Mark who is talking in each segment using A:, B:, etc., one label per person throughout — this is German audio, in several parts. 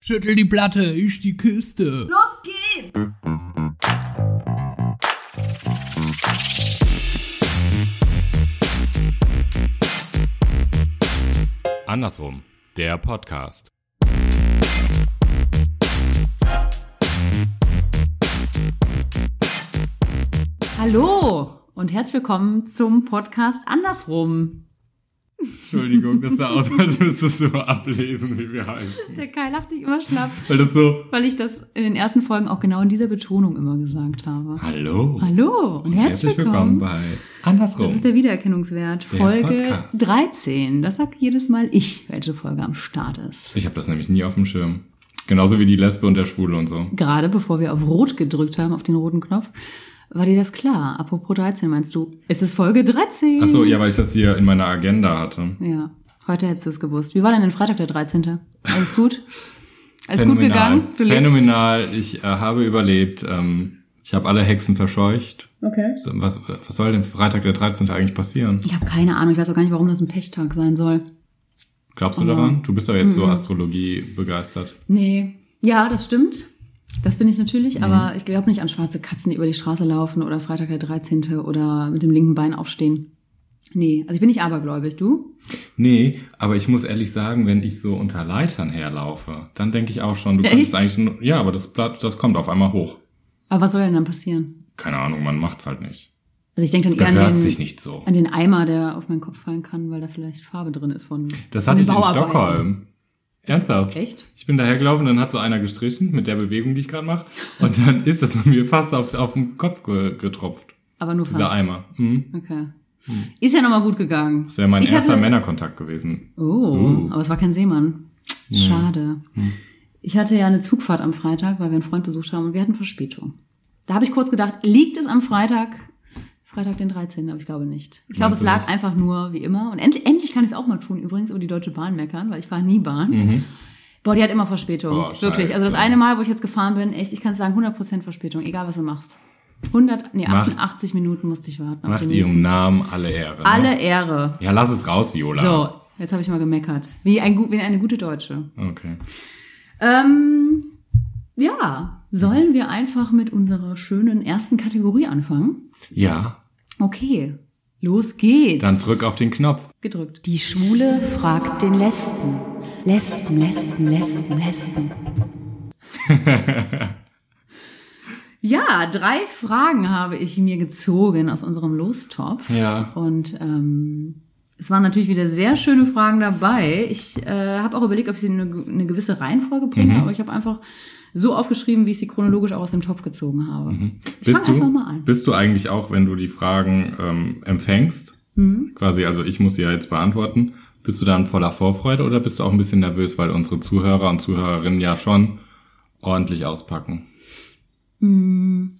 A: Schüttel die Platte, ich die Kiste.
B: Los geht's!
C: Andersrum, der Podcast.
D: Hallo und herzlich willkommen zum Podcast Andersrum.
C: Entschuldigung, das sah aus, als müsstest du ablesen, wie wir heißen.
D: Der Kai lacht sich immer schnapp,
C: Weil das so.
D: weil ich das in den ersten Folgen auch genau in dieser Betonung immer gesagt habe.
C: Hallo.
D: Hallo und herzlich, willkommen.
C: bei
D: Das
C: Andersrum.
D: ist der Wiedererkennungswert.
C: Der
D: Folge
C: Podcast.
D: 13. Das sagt jedes Mal ich, welche Folge am Start ist.
C: ich habe das nämlich nie auf dem Schirm. Genauso wie die Lesbe und der Schwule und so.
D: Gerade bevor wir auf Rot gedrückt haben, auf den roten Knopf, war dir das klar. Apropos 13, meinst du, es ist Folge 13.
C: Ach so, ja, weil ich das hier in meiner Agenda hatte.
D: Ja, heute hättest du es gewusst. Wie war denn den Freitag, der 13.? Alles gut? Alles gut
C: Phänomenal.
D: gegangen? Du lebst?
C: Phänomenal. Ich äh, habe überlebt. Ähm, ich habe alle Hexen verscheucht.
D: Okay.
C: So, Was, was soll denn Freitag der 13. eigentlich passieren?
D: Ich habe keine Ahnung. Ich weiß auch gar nicht, warum das ein Pechtag sein soll.
C: Glaubst du
D: Aber-
C: daran? Du bist doch jetzt so
D: Mhm.
C: Astrologie begeistert.
D: Nee. Ja, das stimmt. Das bin ich
C: Mhm.
D: natürlich, aber ich glaube nicht an schwarze Katzen, die über die Straße laufen oder Freitag der 13. oder mit dem linken Bein aufstehen. Nee, also ich bin nicht abergläubig. Du?
C: Nee, aber ich muss ehrlich sagen, wenn ich so unter Leitern herlaufe, dann denke ich auch schon, du
D: Echt?
C: kannst eigentlich nur, ja, aber das bleibt, das kommt auf einmal hoch.
D: Aber was soll denn dann passieren?
C: Keine Ahnung, man macht's halt nicht.
D: Also ich denke
C: Das
D: dann eher
C: gehört
D: an
C: sich
D: den,
C: nicht so.
D: an den Eimer, der auf meinen Kopf fallen kann, weil da vielleicht Farbe drin ist von
C: Das
D: von
C: hatte
D: den
C: ich in
D: Bauarbeiten.
C: Stockholm. Ernsthaft?
D: Echt?
C: Ich bin dahergelaufen, dann hat so einer gestrichen mit der Bewegung, die ich gerade mache, und dann ist das mir fast auf, auf den Kopf ge getropft,
D: Aber nur fast.
C: dieser Eimer. Hm?
D: Okay.
C: Hm.
D: Ist ja nochmal gut gegangen.
C: Das wäre mein
D: Ich
C: erster
D: hatte-
C: Männerkontakt gewesen.
D: Oh,
C: Uh.
D: aber es war kein Seemann.
C: Nee.
D: Schade.
C: Hm.
D: Ich hatte ja eine Zugfahrt am Freitag, weil wir einen Freund besucht haben und wir hatten Verspätung. Da habe ich kurz gedacht, liegt es am Freitag? Freitag den 13., aber ich glaube nicht. Ich glaube,
C: Meinst
D: es
C: du
D: lag
C: nicht?
D: einfach nur wie immer. Und endlich, endlich kann ich es auch mal tun, übrigens über die Deutsche Bahn meckern, weil ich fahre nie Bahn.
C: Mhm.
D: Boah, die hat immer Verspätung.
C: Boah, scheiße.
D: Wirklich. Also das eine Mal, wo ich jetzt gefahren bin, echt, ich kann sagen, 100% Verspätung, egal was du machst. 100, nee,
C: Macht-
D: 88 Minuten musste ich warten. auf
C: Macht
D: den
C: ihrem
D: nächsten Zug.
C: Namen alle Ehre. ne?
D: Alle Ehre.
C: Ja, lass es raus, Viola.
D: So, jetzt habe ich mal gemeckert. Wie, ein, gut- wie eine gute Deutsche.
C: Okay.
D: Ähm, ja, sollen wir einfach mit unserer schönen ersten Kategorie anfangen?
C: Ja,
D: Okay, los geht's.
C: Dann drück auf den Knopf.
D: Gedrückt.
B: Die Schwule fragt den Lesben. Lesben, Lesben, Lesben, Lesben.
C: Mhm.
D: Ja, drei Fragen habe ich mir gezogen aus unserem Lostopf.
C: Ja.
D: Und ähm, es waren natürlich wieder sehr schöne Fragen dabei. Ich äh, habe auch überlegt, ob ich sie in eine, ge- eine gewisse Reihenfolge bringe,
C: Mhm.
D: aber ich habe einfach so aufgeschrieben, wie ich sie chronologisch auch aus dem Topf gezogen habe.
C: Mhm.
D: Ich
C: Bist
D: fang einfach
C: du,
D: mal an.
C: bist du eigentlich auch, wenn du die Fragen ähm, empfängst,
D: Mhm.
C: quasi, also ich muss sie ja jetzt beantworten, bist du dann voller Vorfreude oder bist du auch ein bisschen nervös, weil unsere Zuhörer und Zuhörerinnen ja schon ordentlich auspacken?
D: Hm.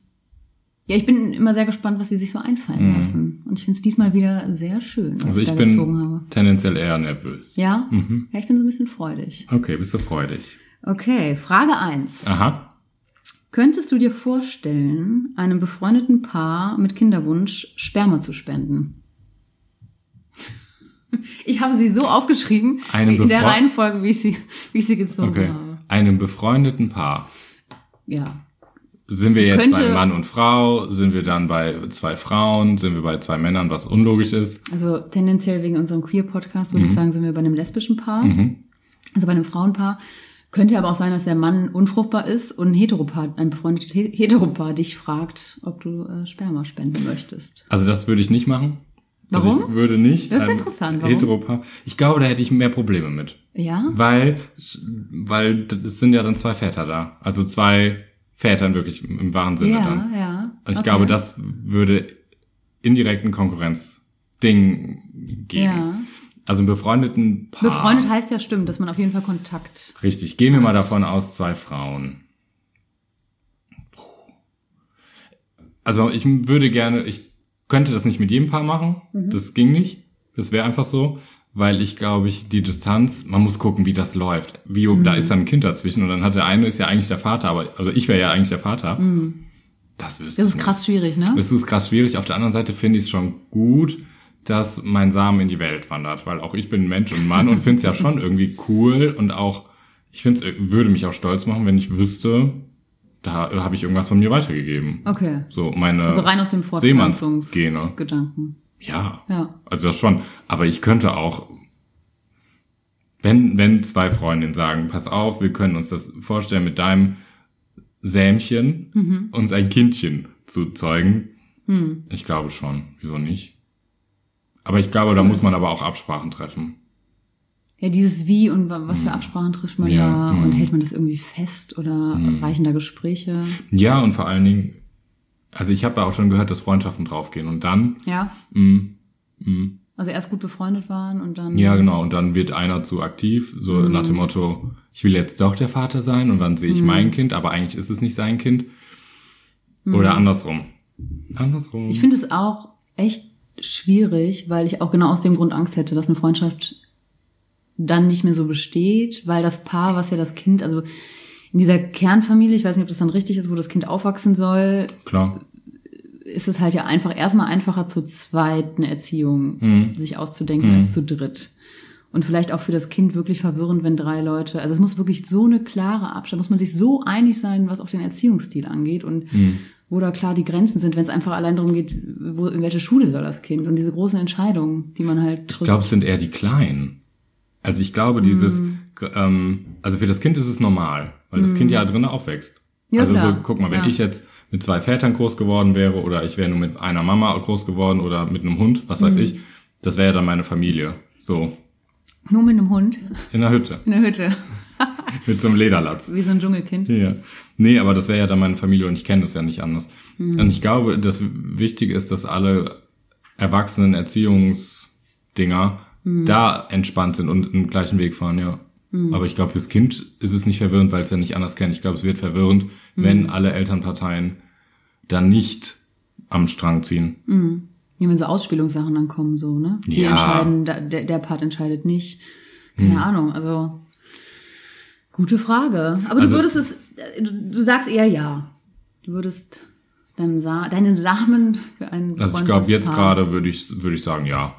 D: Ja, ich bin immer sehr gespannt, was sie sich so einfallen
C: Mhm.
D: lassen. Und ich finde es diesmal wieder sehr schön, was
C: Also
D: ich,
C: ich
D: da gezogen habe.
C: bin tendenziell eher nervös.
D: Ja?
C: Mhm.
D: Ja, ich bin so ein bisschen freudig.
C: Okay, bist du freudig.
D: Okay, Frage eins.
C: Aha.
D: Könntest du dir vorstellen, einem befreundeten Paar mit Kinderwunsch Sperma zu spenden? Ich habe sie so aufgeschrieben,
C: Einem
D: wie in der
C: befre-
D: Reihenfolge, wie ich sie, wie ich sie gezogen
C: Okay.
D: habe.
C: Einem befreundeten Paar.
D: Ja.
C: Sind wir jetzt
D: Könnte-
C: bei Mann und Frau? Sind wir dann bei zwei Frauen? Sind wir bei zwei Männern, was unlogisch ist?
D: Also tendenziell wegen unserem Queer-Podcast würde
C: Mhm.
D: ich sagen, sind wir bei einem lesbischen Paar.
C: Mhm.
D: Also bei einem Frauenpaar könnte aber auch sein, dass der Mann unfruchtbar ist und ein Heteropaar, ein befreundetes He- Heteropaar dich fragt, ob du äh, Sperma spenden möchtest.
C: Also das würde ich nicht machen. Also
D: Warum?
C: ich würde nicht.
D: Das ist
C: ein
D: interessant, warum?
C: Heteropaar. Ich glaube, da hätte ich mehr Probleme mit.
D: Ja?
C: Weil, weil d- es sind ja dann zwei Väter da. Also zwei Vätern wirklich im im wahren Sinne
D: ja,
C: dann.
D: ja.
C: Und ich
D: Okay.
C: glaube, das würde indirekten Konkurrenzding geben.
D: Ja.
C: Also einen befreundeten Paar.
D: Befreundet heißt ja stimmt, dass man auf jeden Fall Kontakt.
C: Richtig, gehen wir mal davon aus, zwei Frauen. Also ich würde gerne, ich könnte das nicht mit jedem Paar machen.
D: Mhm.
C: Das ging nicht. Das wäre einfach so, weil ich glaube ich die Distanz, man muss gucken, wie das läuft. Wie,
D: Mhm.
C: Da ist dann ein Kind dazwischen und dann hat der eine ist ja eigentlich der Vater, aber also ich wäre ja eigentlich der Vater.
D: Mhm.
C: Das, wüsste
D: Das
C: ich
D: ist
C: nicht.
D: krass schwierig, ne?
C: Das ist krass schwierig. Auf der anderen Seite finde ich es schon gut, dass mein Samen in die Welt wandert, weil auch ich bin Mensch und Mann und finde es ja schon irgendwie cool und auch Ich finde es würde mich auch stolz machen, wenn ich wüsste, da habe ich irgendwas von mir weitergegeben.
D: Okay.
C: So meine
D: Also rein aus dem
C: Seemannsgene.
D: Fortpflanzungsgedanken.
C: Ja,
D: Ja.
C: also das schon. Aber ich könnte auch, wenn, wenn zwei Freundinnen sagen, pass auf, wir können uns das vorstellen, mit deinem Sämchen uns ein Kindchen zu zeugen. Ich glaube schon. Wieso nicht? Aber ich glaube, da muss man aber auch Absprachen treffen.
D: Ja, dieses Wie und wa- was für Absprachen trifft man
C: Mhm. Ja,
D: da und
C: mhm.
D: hält man das irgendwie fest oder reichen da Gespräche?
C: Ja, und vor allen Dingen, also ich habe da auch schon gehört, dass Freundschaften draufgehen und dann, hm,
D: Ja.
C: mh, mh,
D: Also erst gut befreundet waren und dann.
C: ja genau, und dann wird einer zu aktiv, so
D: Mhm.
C: nach dem Motto, ich will jetzt doch der Vater sein und dann sehe ich mein Kind, aber eigentlich ist es nicht sein Kind. Oder andersrum. Andersrum.
D: Mhm. Ich finde es auch echt schwierig, weil ich auch genau aus dem Grund Angst hätte, dass eine Freundschaft dann nicht mehr so besteht, weil das Paar, was ja das Kind, also in dieser Kernfamilie, ich weiß nicht, ob das dann richtig ist, wo das Kind aufwachsen soll,
C: Klar.
D: ist es halt ja einfach erstmal einfacher zu zweit eine Erziehung
C: Mhm.
D: sich auszudenken
C: Mhm.
D: als zu dritt. Und vielleicht auch für das Kind wirklich verwirrend, wenn drei Leute, also es muss wirklich so eine klare Abstand, muss man sich so einig sein, was auch den Erziehungsstil angeht und
C: Mhm.
D: wo da klar die Grenzen sind, wenn es einfach allein darum geht, wo, in welche Schule soll das Kind und diese großen Entscheidungen, die man halt
C: Ich
D: trifft.
C: glaube, es sind eher die Kleinen. Also ich glaube, dieses,
D: Mhm.
C: g- ähm, also für das Kind ist es normal, weil das Kind ja drin aufwächst.
D: Ja,
C: also so,
D: klar.
C: guck mal, wenn
D: Ja.
C: ich jetzt mit zwei Vätern groß geworden wäre oder ich wäre nur mit einer Mama groß geworden oder mit einem Hund, was
D: Mhm.
C: weiß ich, das wäre ja dann meine Familie. So,
D: Nur mit einem Hund
C: in der Hütte,
D: in der Hütte,
C: mit so einem Lederlatz.
D: wie so ein Dschungelkind.
C: Ja. Nee, aber das wäre ja dann meine Familie und ich kenne das ja nicht anders.
D: Hm.
C: Und ich glaube, das Wichtige ist, dass alle erwachsenen Erziehungsdinger
D: Hm.
C: da entspannt sind und im gleichen Weg fahren, ja. Aber ich glaube, fürs Kind ist es nicht verwirrend, weil es ja nicht anders kennt. Ich glaube, es wird verwirrend,
D: Hm.
C: wenn alle Elternparteien dann nicht am Strang ziehen.
D: Mhm. Ja, wenn so Ausspielungssachen dann kommen, so, ne? Die
C: Ja. Mhm.
D: entscheiden, da- der, der Part entscheidet nicht. Keine Ahnung, also gute Frage. Aber
C: Also-
D: du würdest es, äh, du, du sagst eher ja. Du würdest deinem Sa deinen Samen für einen
C: Also ich
D: befreundetes
C: glaube, jetzt
D: Paar-
C: gerade würde ich, würde ich sagen, ja.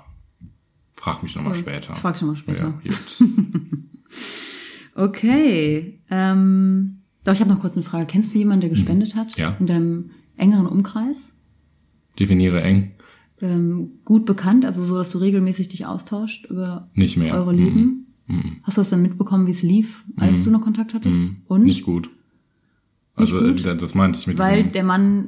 C: Frag mich nochmal später.
D: Ich frag dich noch mal später.
C: Ja, jetzt.
D: Okay. Ähm, doch, ich habe noch kurz eine Frage. Kennst du jemanden, der gespendet hat?
C: Mhm. Ja.
D: In deinem engeren Umkreis?
C: Definiere eng.
D: Ähm, gut bekannt, also so, dass du regelmäßig dich austauscht über
C: Nicht mehr.
D: eure
C: Mhm.
D: Lieben?
C: Mhm.
D: Hast du das dann mitbekommen, wie es lief, als
C: Mhm.
D: du noch Kontakt hattest?
C: Mhm.
D: Und?
C: Nicht gut. Also
D: gut?
C: äh, das meinte ich mit
D: Weil
C: diesem,
D: der Mann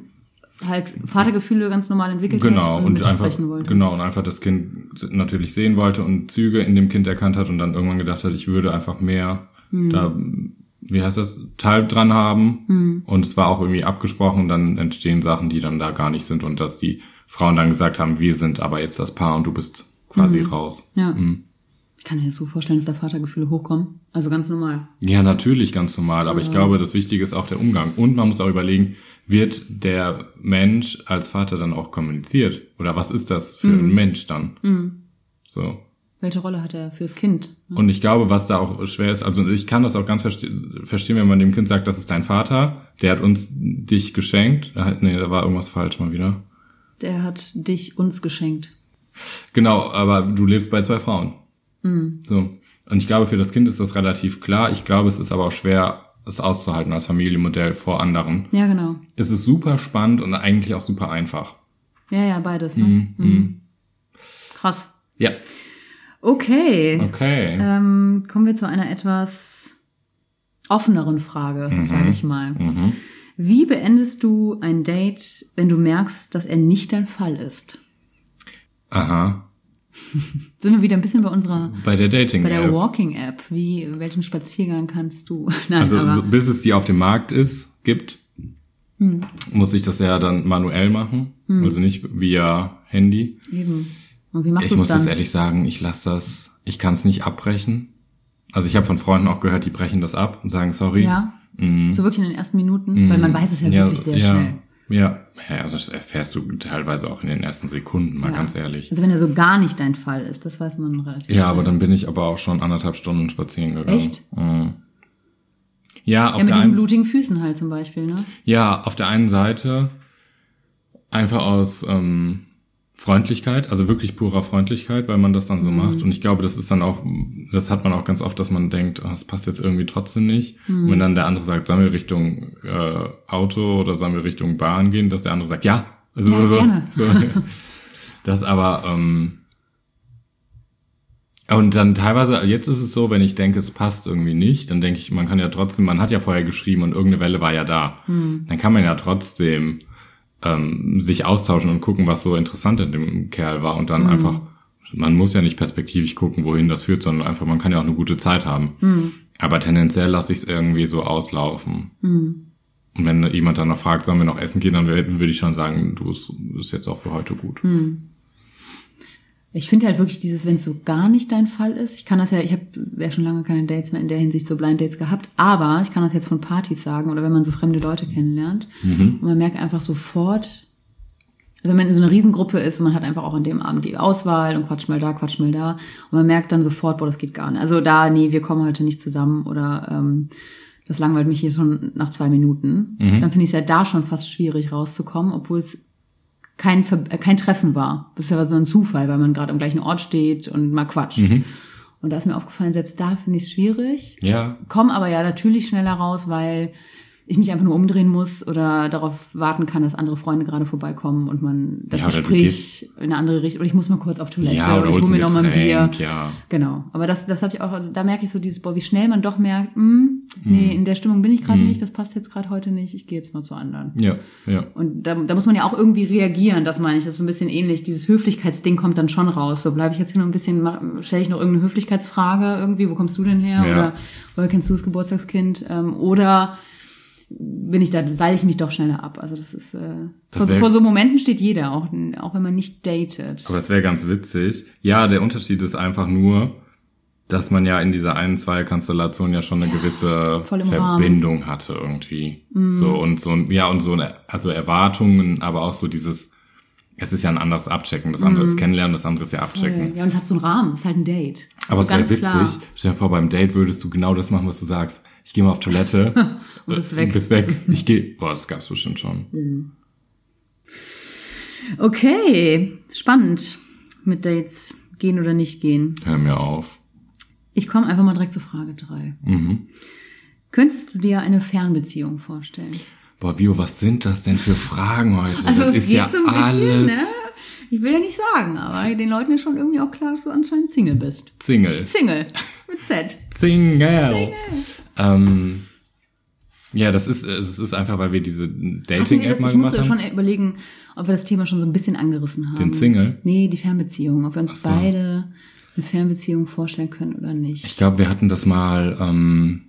D: halt Vatergefühle ganz normal entwickelt
C: genau
D: hat
C: und einfach
D: sprechen wollte.
C: genau und einfach das Kind natürlich sehen wollte und Züge in dem Kind erkannt hat und dann irgendwann gedacht hat, ich würde einfach mehr
D: Hm.
C: da wie heißt das Teil dran haben
D: Mhm.
C: und es war auch irgendwie abgesprochen und dann entstehen Sachen, die dann da gar nicht sind und dass die Frauen dann gesagt haben, wir sind aber jetzt das Paar und du bist quasi
D: Hm.
C: raus.
D: Ja.
C: Mhm.
D: Ich kann mir das so vorstellen, dass da Vatergefühle hochkommen. Also ganz normal.
C: Ja, natürlich ganz normal, aber ich glaube, das Wichtige ist auch der Umgang. Und man muss auch überlegen, wird der Mensch als Vater dann auch kommuniziert? Oder was ist das für ein Mensch dann? So.
D: Mhm. Welche Rolle hat er fürs Kind?
C: Und ich glaube, was da auch schwer ist, also ich kann das auch ganz verste verstehen, wenn man dem Kind sagt, das ist dein Vater, der hat uns dich geschenkt. Ah, Nee, da war irgendwas falsch mal wieder.
D: Der hat dich uns geschenkt.
C: Genau, aber du lebst bei zwei Frauen.
D: Mhm.
C: So. Und ich glaube, für das Kind ist das relativ klar. Ich glaube, es ist aber auch schwer, es auszuhalten als Familienmodell vor anderen.
D: Ja, genau.
C: es ist super spannend und eigentlich auch super einfach.
D: Ja, ja, beides. Ne?
C: Mhm,
D: Krass.
C: Ja.
D: Okay.
C: Okay.
D: Ähm, kommen wir zu einer etwas offeneren Frage, sage ich mal.
C: Mhm.
D: Wie beendest du ein Date, wenn du merkst, dass er nicht dein Fall ist?
C: Aha.
D: Sind wir wieder ein bisschen bei unserer,
C: Bei der Dating
D: bei der
C: App.
D: Walking-App. Wie, welchen Spaziergang kannst du? Nein,
C: Also
D: aber
C: so, bis es die auf dem Markt ist, gibt,
D: hm,
C: muss ich das ja dann manuell machen. Also nicht via Handy.
D: eben. Und wie Hm. machst
C: ich
D: du es
C: muss das
D: dann?
C: ehrlich sagen, ich lasse das, ich kann es nicht abbrechen. Also ich habe von Freunden auch gehört, die brechen das ab und sagen sorry.
D: Ja,
C: Mhm.
D: so wirklich in den ersten Minuten, weil man weiß es ja, wirklich sehr
C: Hm. ja,
D: schnell.
C: Ja, ja, das erfährst du teilweise auch in den ersten Sekunden, mal
D: Ja.
C: ganz ehrlich.
D: Also wenn er so gar nicht dein Fall ist, das weiß man relativ
C: Ja, aber
D: schnell.
C: dann bin ich aber auch schon anderthalb Stunden spazieren gegangen.
D: Mhm. Echt?
C: Mhm. Ja, auf,
D: Ja, mit
C: der
D: diesen
C: einen,
D: blutigen Füßen halt zum Beispiel, ne?
C: ja, auf der einen Seite einfach aus ähm, Freundlichkeit, also wirklich purer Freundlichkeit, weil man das dann so
D: Mhm.
C: macht. Und ich glaube, das ist dann auch, das hat man auch ganz oft, dass man denkt, oh, das passt jetzt irgendwie trotzdem nicht. Und
D: Mhm.
C: wenn dann der andere sagt, sollen wir Richtung äh, Auto oder sollen wir Richtung Bahn gehen, dass der andere sagt, ja. Also
D: Ja, gerne.
C: so. Das aber, ähm, und dann teilweise, jetzt ist es so, wenn ich denke, es passt irgendwie nicht, dann denke ich, man kann ja trotzdem, man hat ja vorher geschrieben und irgendeine Welle war ja da.
D: Hm.
C: Dann kann man ja trotzdem ähm, sich austauschen und gucken, was so interessant in dem Kerl war und
D: Hm.
C: dann einfach, man muss ja nicht perspektivisch gucken, wohin das führt, sondern einfach, man kann ja auch eine gute Zeit haben.
D: Hm.
C: Aber tendenziell lasse ich es irgendwie so auslaufen.
D: Hm.
C: Und wenn jemand dann noch fragt, sollen wir noch essen gehen, dann wär- würde ich schon sagen, du, es ist jetzt auch für heute gut.
D: Hm. Ich finde halt wirklich dieses, wenn es so gar nicht dein Fall ist, ich kann das ja, ich habe ja schon lange keine Dates mehr in der Hinsicht so Blind Dates gehabt, aber ich kann das jetzt von Partys sagen oder wenn man so fremde Leute kennenlernt
C: Mhm.
D: und man merkt einfach sofort, also wenn man in so einer Riesengruppe ist und man hat einfach auch an dem Abend die Auswahl und quatscht mal da, quatscht mal da und man merkt dann sofort, boah, das geht gar nicht. Also da, nee, wir kommen heute nicht zusammen oder ähm, das langweilt mich hier schon nach zwei Minuten.
C: Mhm.
D: Dann finde ich es ja da schon fast schwierig rauszukommen, obwohl es kein, Ver äh, kein Treffen war. Das ist ja so ein Zufall, weil man gerade am gleichen Ort steht und mal quatscht.
C: Mhm.
D: Und da ist mir aufgefallen, selbst da finde ich es schwierig.
C: Ja,
D: Komme aber ja natürlich schneller raus, weil ich mich einfach nur umdrehen muss oder darauf warten kann, dass andere Freunde gerade vorbeikommen und man das
C: Ja, oder du
D: Gespräch in eine andere Richtung, oder ich muss mal kurz auf Toilette
C: ja,
D: oder
C: oder
D: äh, ich hole
C: holst
D: mir
C: du
D: noch mal ein Bier.
C: Getränk, ja.
D: Genau, aber das, das habe ich auch, also da merke ich so dieses, boah, wie schnell man doch merkt, mm, nee,
C: Mhm.
D: in der Stimmung bin ich gerade
C: Mhm.
D: nicht, das passt jetzt gerade heute nicht, ich gehe jetzt mal zu anderen.
C: Ja, ja.
D: Und da, da muss man ja auch irgendwie reagieren, das meine ich. Das ist so ein bisschen ähnlich. Dieses Höflichkeitsding kommt dann schon raus. So bleibe ich jetzt hier noch ein bisschen, stelle ich noch irgendeine Höflichkeitsfrage irgendwie, wo kommst du denn her?
C: Ja.
D: Oder woher kennst du das Geburtstagskind? Ähm, oder bin ich da, seile ich mich doch schneller ab. Also das ist äh,
C: Das
D: vor,
C: wär-
D: vor so Momenten steht jeder, auch, auch wenn man nicht datet.
C: Aber das wäre ganz witzig. Ja, der Unterschied ist einfach nur, dass man ja in dieser einen Zweierkonstellation ja schon eine gewisse
D: voll im Mhm.
C: Verbindung hatte irgendwie. So und so ein- ja und so eine, also Erwartungen, aber auch so dieses es ist ja ein anderes Abchecken, das andere ist kennenlernen, das andere ist ja abchecken.
D: Mhm. Ja, und es hat so einen Rahmen, es ist halt ein Date.
C: Aber
D: so
C: es wäre
D: ganz
C: witzig.
D: klar.
C: Stell dir vor, beim Date würdest du genau das machen, was du sagst. Ich gehe mal auf Toilette.
D: Und bist
C: Äh,
D: weg. Mhm.
C: Bist weg. Ich gehe. Boah, das gab's bestimmt schon.
D: Okay, spannend mit Dates gehen oder nicht gehen.
C: Hör mir auf.
D: Ich komme einfach mal direkt zur Frage drei.
C: Mhm.
D: Könntest du dir eine Fernbeziehung vorstellen?
C: Boah, Vio, was sind das denn für Fragen heute?
D: Also
C: das
D: es
C: ist
D: geht
C: ja
D: so ein bisschen,
C: alles
D: ne? Ich will ja nicht sagen, aber den Leuten ist schon irgendwie auch klar, dass du anscheinend Single bist.
C: Single.
D: Single mit Z.
C: Single. Ähm, ja, das ist, es ist einfach, weil wir diese
D: Hatten wir
C: Dating-App
D: das,
C: mal
D: ich
C: gemacht
D: musste
C: haben.
D: schon überlegen, ob wir das Thema schon so ein bisschen angerissen haben.
C: Den Single?
D: Nee, die Fernbeziehung. Ob wir uns
C: Ach so.
D: beide eine Fernbeziehung vorstellen können oder nicht.
C: Ich glaube, wir hatten das mal, ähm,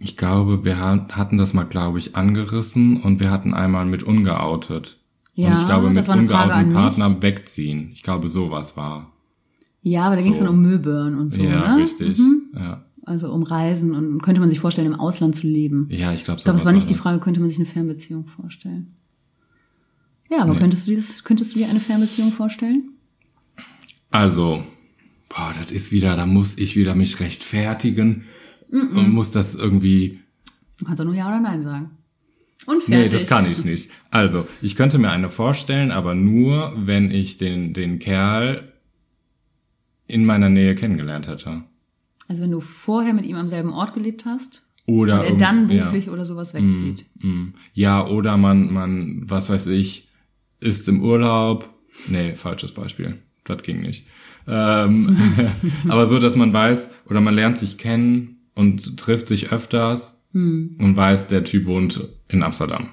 C: ich glaube, wir ha- hatten das mal, glaube ich, angerissen und wir hatten einmal mit ungeoutet.
D: ja,
C: und ich glaube, mit
D: das war eine Frage an
C: ungeouteten
D: mich.
C: Partner wegziehen. Ich glaube, sowas war.
D: Ja, aber da ging es
C: So.
D: dann um Müllburn und so,
C: ja,
D: ne?
C: richtig.
D: Mhm.
C: Ja.
D: Also um Reisen und könnte man sich vorstellen, im Ausland zu leben.
C: ja, ich glaube,
D: ich glaube,
C: sowas
D: es war nicht die
C: das.
D: Frage, könnte man sich eine Fernbeziehung vorstellen. Ja, aber
C: Nee.
D: könntest, du dieses, könntest du dir eine Fernbeziehung vorstellen?
C: Also, boah, das ist wieder, da muss ich wieder mich rechtfertigen
D: Mhm.
C: und muss das irgendwie
D: Du kannst doch nur Ja oder Nein sagen. Und
C: Nee,
D: fertig.
C: das kann ich nicht. Also, ich könnte mir eine vorstellen, aber nur, wenn ich den, den Kerl in meiner Nähe kennengelernt hätte.
D: Also wenn du vorher mit ihm am selben Ort gelebt hast
C: Oder
D: und er dann
C: irgend-
D: beruflich oder sowas wegzieht.
C: ja, mm, ja, oder man, man, was weiß ich, ist im Urlaub. Nee, falsches Beispiel. Das ging nicht. Ähm, aber so, dass man weiß, oder man lernt sich kennen und trifft sich öfters
D: Hm.
C: und weiß, der Typ wohnt in Amsterdam.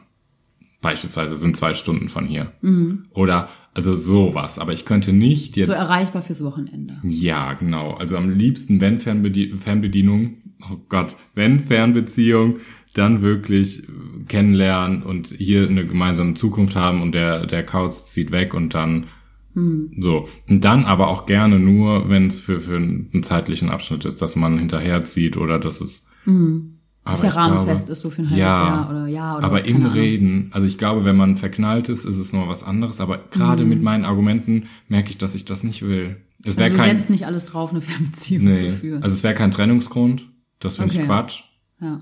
C: Beispielsweise sind zwei Stunden von hier.
D: Mhm.
C: Oder also sowas. Aber ich könnte nicht jetzt.
D: So erreichbar fürs Wochenende.
C: ja, genau. Also am liebsten, wenn Fernbedie Fernbedienung, oh Gott, wenn Fernbeziehung, dann wirklich äh, kennenlernen und hier eine gemeinsame Zukunft haben und der, der Couch zieht weg und dann
D: Hm.
C: so. Und dann aber auch gerne nur, wenn es für, für einen zeitlichen Abschnitt ist, dass man hinterherzieht oder dass es.
D: Mhm.
C: Aber
D: Dass der
C: ich
D: Rahmenfest
C: glaube-
D: ist so für ein halbes
C: Ja.
D: Jahr oder ja oder
C: aber
D: keine
C: im
D: Ahnung.
C: Reden, also ich glaube, wenn man verknallt ist, ist es noch was anderes. Aber gerade mit meinen Argumenten merke ich, dass ich das nicht will. Es wäre
D: Hm. Also du setzt
C: kein,
D: nicht alles drauf, eine Fernbeziehung zu
C: nee,
D: führen.
C: also es wäre kein Trennungsgrund. Das finde
D: Okay.
C: ich Quatsch.
D: ja.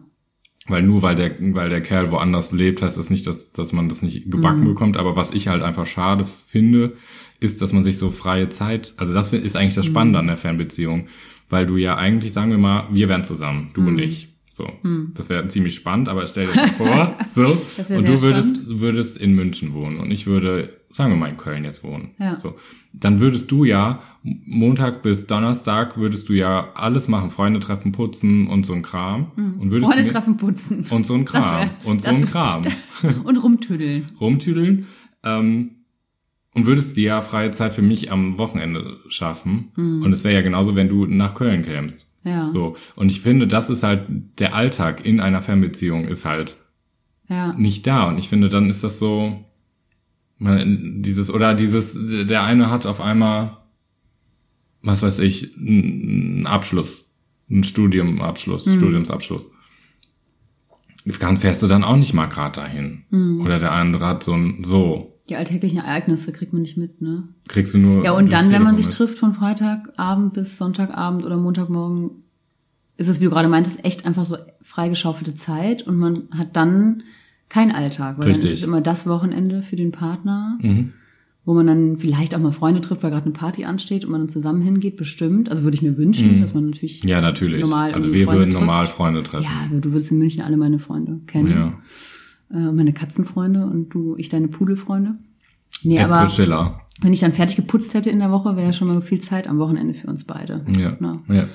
C: Weil nur weil der, weil der Kerl woanders lebt, heißt das nicht, dass, dass man das nicht gebacken
D: Mhm.
C: bekommt. Aber was ich halt einfach schade finde, ist, dass man sich so freie Zeit, also das ist eigentlich das Spannende an der Fernbeziehung. Weil du ja eigentlich, sagen wir mal, wir wären zusammen, du
D: Mhm.
C: und ich. So. Das wäre ziemlich spannend, aber stell dir mal vor, so.
D: Hm. Das wär
C: Und
D: sehr
C: du würdest, würdest in München wohnen und ich würde, sagen wir mal, in Köln jetzt wohnen.
D: Ja.
C: So. Dann würdest du ja, M- Montag bis Donnerstag würdest du ja alles machen, Freunde treffen, putzen und so ein Kram. Und würdest
D: Hm. Freunde
C: mir-
D: treffen, putzen
C: und so ein
D: Das
C: Kram.
D: wär-
C: und so
D: das
C: ein
D: wär-
C: Kram.
D: und rumtüdeln.
C: Rumtüdeln. Ähm, und würdest dir ja freie Zeit für mich am Wochenende schaffen. Und es wäre ja genauso, wenn du nach Köln kämst.
D: Hm. Ja.
C: So. Und ich finde, das ist halt, der Alltag in einer Fernbeziehung ist halt
D: Ja.
C: nicht da. Und ich finde, dann ist das so, man, dieses, oder dieses, der eine hat auf einmal, was weiß ich, einen Abschluss, einen Studiumabschluss,
D: Mhm.
C: Studiumsabschluss. Kann, fährst du dann auch nicht mal gerade dahin.
D: Mhm.
C: Oder der andere hat so ein, so,
D: Die alltäglichen Ereignisse kriegt man nicht mit, ne?
C: kriegst du nur.
D: Ja, und
C: durchs
D: dann, wenn man
C: Telefon
D: sich
C: mit.
D: trifft von Freitagabend bis Sonntagabend oder Montagmorgen, ist es, wie du gerade meintest, echt einfach so freigeschaufelte Zeit und man hat dann keinen Alltag, weil dann
C: Richtig.
D: ist es immer das Wochenende für den Partner,
C: Mhm.
D: wo man dann vielleicht auch mal Freunde trifft, weil gerade eine Party ansteht und man dann zusammen hingeht, bestimmt. Also würde ich mir wünschen,
C: Mhm.
D: dass man natürlich.
C: Ja, natürlich.
D: Normal
C: also
D: irgendwie
C: wir
D: Freunde
C: würden
D: trifft.
C: normal Freunde treffen.
D: Ja, du würdest in München alle meine Freunde kennen.
C: ja.
D: Äh, meine Katzenfreunde und du, ich deine Pudelfreunde. Nee,
C: Ed
D: aber
C: Priscilla.
D: wenn ich dann fertig geputzt hätte in der Woche, wäre ja schon mal viel Zeit am Wochenende für uns beide.
C: Ja.
D: Na.
C: ja.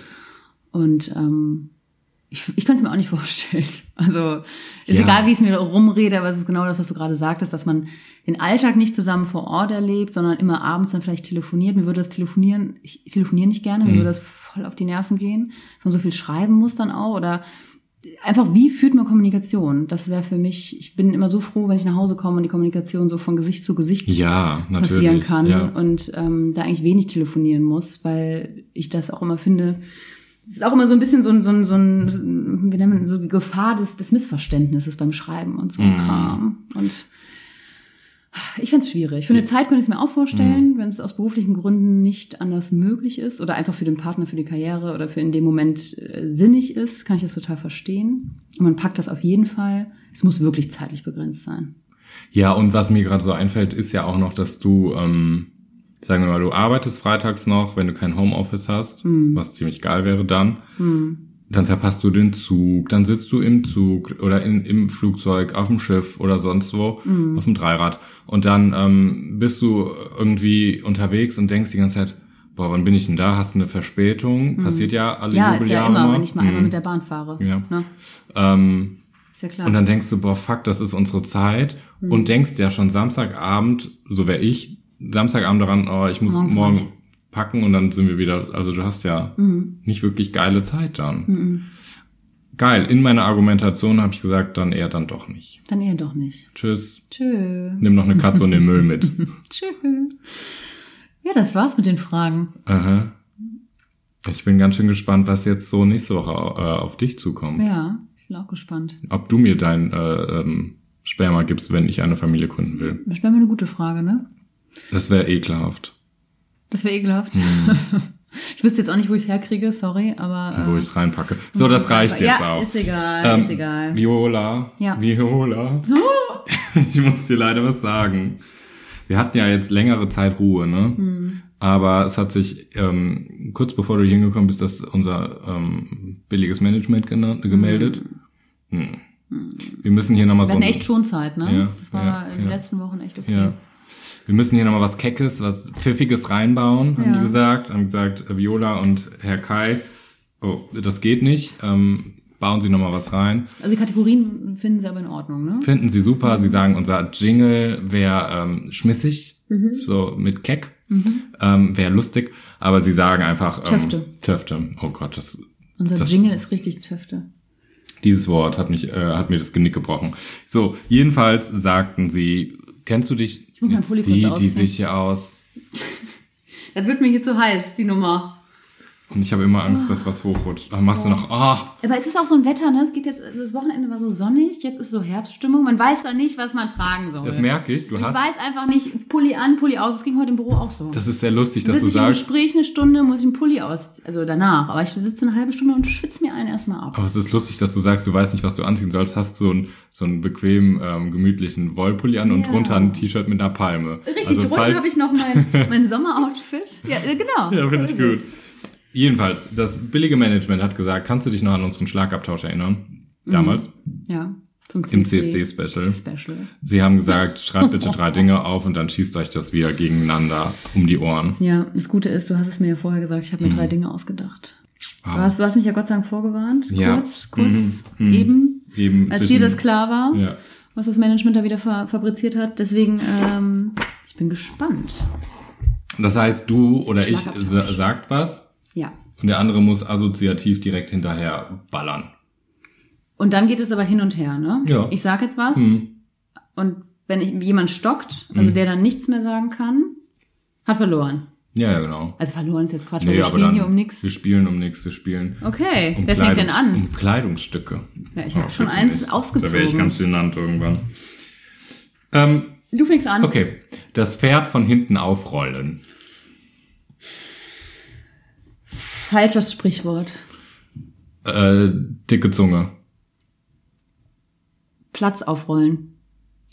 D: Und ähm, ich, ich könnte es mir auch nicht vorstellen. Also ist
C: Ja.
D: egal, wie ich es mir rumrede, aber es ist genau das, was du gerade sagtest, dass man den Alltag nicht zusammen vor Ort erlebt, sondern immer abends dann vielleicht telefoniert. Mir würde das Telefonieren, ich telefoniere nicht gerne, mir
C: Mhm.
D: würde das voll auf die Nerven gehen, dass man so viel schreiben muss dann auch oder einfach, wie führt man Kommunikation? Das wäre für mich, ich bin immer so froh, wenn ich nach Hause komme und die Kommunikation so von Gesicht zu Gesicht
C: Ja, natürlich.
D: passieren kann
C: Ja.
D: und ähm, da eigentlich wenig telefonieren muss, weil ich das auch immer finde. Es ist auch immer so ein bisschen so ein, so ein, so ein wie nennt man, so die Gefahr des, des Missverständnisses beim Schreiben und so ein
C: Mhm.
D: Kram. Und ich find's schwierig. Für eine Zeit könnte ich es mir auch vorstellen,
C: Mhm.
D: wenn es aus beruflichen Gründen nicht anders möglich ist oder einfach für den Partner, für die Karriere oder für in dem Moment äh, sinnig ist, kann ich das total verstehen. Und man packt das auf jeden Fall. Es muss wirklich zeitlich begrenzt sein.
C: Ja, und was mir gerade so einfällt, ist ja auch noch, dass du, ähm, sagen wir mal, du arbeitest freitags noch, wenn du kein Homeoffice hast,
D: Mhm.
C: was ziemlich geil wäre dann. Dann verpasst du den Zug, dann sitzt du im Zug oder in, im Flugzeug, auf dem Schiff oder sonst wo,
D: Mhm.
C: auf dem Dreirad. Und dann ähm, bist du irgendwie unterwegs und denkst die ganze Zeit, boah, wann bin ich denn da? Hast du eine Verspätung? Passiert ja alle
D: Mhm. Ja, ist ja
C: Also Jubeljahre
D: immer, wenn ich mal einmal
C: Mhm.
D: mit der Bahn fahre.
C: Ja.
D: Ne?
C: ähm,
D: Ist ja klar. Mhm.
C: Und dann denkst du, boah, fuck, das ist unsere Zeit. Und denkst ja schon Samstagabend, so wär ich, Samstagabend daran, oh, ich muss
D: Morgen
C: morgen,
D: fahr
C: packen und dann sind wir wieder, also du hast ja
D: Mhm.
C: nicht wirklich geile Zeit dann.
D: Mhm.
C: Geil, in meiner Argumentation habe ich gesagt, dann eher dann doch nicht.
D: Dann eher doch nicht.
C: Tschüss,
D: Tschö.
C: nimm noch eine Katze und den Müll mit.
D: Tschö. Ja, das war's mit den Fragen.
C: Aha. Ich bin ganz schön gespannt, was jetzt so nächste Woche äh, auf dich zukommt.
D: Ja, ich bin auch gespannt.
C: Ob du mir dein äh, ähm, Sperma gibst, wenn ich eine Familie gründen will.
D: Das wäre mal eine gute Frage, ne?
C: Das wäre ekelhaft.
D: Das wäre ekelhaft. Ich wüsste jetzt auch nicht, wo ich es herkriege, sorry, aber.
C: Mhm.
D: ähm,
C: wo ich es reinpacke. So, das reicht jetzt
D: ja,
C: auch.
D: Ist egal,
C: Ähm,
D: ist egal.
C: Viola,
D: Ja.
C: Viola, ich muss dir leider was sagen. Wir hatten ja jetzt längere Zeit Ruhe, ne?
D: Mhm.
C: Aber es hat sich, ähm, kurz bevor du hier hingekommen bist, das unser ähm, billiges Management gena- gemeldet. Hm. Wir müssen hier nochmal
D: Mhm.
C: so...
D: Wir hatten
C: ein-
D: echt schon Zeit, ne?
C: Ja,
D: das war
C: ja,
D: in den
C: ja.
D: letzten Wochen echt okay.
C: Ja. Wir müssen hier nochmal was Keckes, was Pfiffiges reinbauen, haben
D: Ja.
C: die gesagt. Haben gesagt, äh, Viola und Herr Kai, oh, das geht nicht, ähm, bauen Sie nochmal was rein.
D: Also die Kategorien finden sie aber in Ordnung, ne?
C: Finden sie super. Sie sagen, unser Jingle wäre ähm, schmissig,
D: Mhm.
C: so mit keck, ähm, wäre lustig. Aber sie sagen einfach ähm,
D: Töfte.
C: Töfte. Oh Gott, das,
D: Unser
C: das,
D: Jingle ist richtig Töfte.
C: dieses Wort hat mich, äh, hat mir das Genick gebrochen. So, jedenfalls sagten sie, kennst du dich?
D: Ich muss meinen
C: Jetzt
D: Pulli kurz
C: sieht die
D: ausziehen.
C: sich hier aus.
D: Das wird mir hier zu heiß, die Nummer.
C: Und ich habe immer
D: Ah.
C: Angst, dass was hochrutscht. Dann machst du noch, ah,
D: Aber es ist auch so ein Wetter, ne? Es geht jetzt, das Wochenende war so sonnig, jetzt ist so Herbststimmung. Man weiß doch nicht, was man tragen soll.
C: das merke ich, du
D: ich
C: hast.
D: weiß einfach nicht, Pulli an, Pulli aus. Das ging heute im Büro auch so.
C: Das ist sehr lustig, dass
D: sitze
C: du
D: ich im
C: sagst.
D: Gespräch eine Stunde, muss ich einen Pulli aus, also danach. Aber ich sitze eine halbe Stunde und schwitze mir einen erstmal ab.
C: Aber es ist lustig, dass du sagst, du weißt nicht, was du anziehen sollst, hast so einen, so einen bequemen, ähm, gemütlichen Wollpulli an und
D: Ja.
C: drunter ein T-Shirt mit einer Palme.
D: Richtig,
C: Also
D: drunter
C: falls-
D: habe ich noch mein, mein Sommeroutfit. Ja, äh, genau.
C: Ja, finde
D: So
C: ich
D: ist
C: gut. Jedenfalls, das billige Management hat gesagt, kannst du dich noch an unseren Schlagabtausch erinnern?
D: Mhm.
C: Damals,
D: es. Ja, zum
C: im
D: CSD.
C: CSD-Special.
D: Special.
C: Sie haben gesagt, schreibt bitte drei Dinge auf und dann schießt euch das wieder gegeneinander um die Ohren.
D: Ja, das Gute ist, du hast es mir ja vorher gesagt, ich habe
C: Mhm.
D: mir drei Dinge ausgedacht.
C: Ah,
D: Du, hast, du hast mich ja Gott sei Dank vorgewarnt.
C: Ja.
D: Kurz, kurz,
C: Mhm, mhm.
D: eben.
C: Eben
D: Als
C: zwischen-
D: dir das klar war,
C: Ja.
D: was das Management da wieder fa fabriziert hat. Deswegen, ähm, ich bin gespannt.
C: Das heißt, du oder ich sa-
D: Schlagabtausch.
C: sagt was
D: Ja.
C: und der andere muss assoziativ direkt hinterher ballern.
D: Und dann geht es aber hin und her, ne?
C: Ja.
D: Ich sag jetzt was
C: Hm.
D: und wenn ich, jemand stockt, also
C: Mhm.
D: der dann nichts mehr sagen kann, hat verloren.
C: Ja, ja, genau.
D: Also verloren ist jetzt Quatsch, weil
C: Nee,
D: wir
C: aber
D: spielen
C: dann,
D: hier um nichts.
C: Wir spielen um nichts, wir spielen
D: Okay,
C: um,
D: wer fängt denn
C: Kleidungs-
D: an?
C: um Kleidungsstücke.
D: Ja, ich hab
C: Oh,
D: schon
C: bitte
D: eins
C: Da wäre ich
D: ausgezogen.
C: ganz genannt irgendwann. Ähm,
D: Du fängst an.
C: okay, das Pferd von hinten aufrollen.
D: Falsches Sprichwort.
C: Äh, dicke Zunge.
D: Platz aufrollen.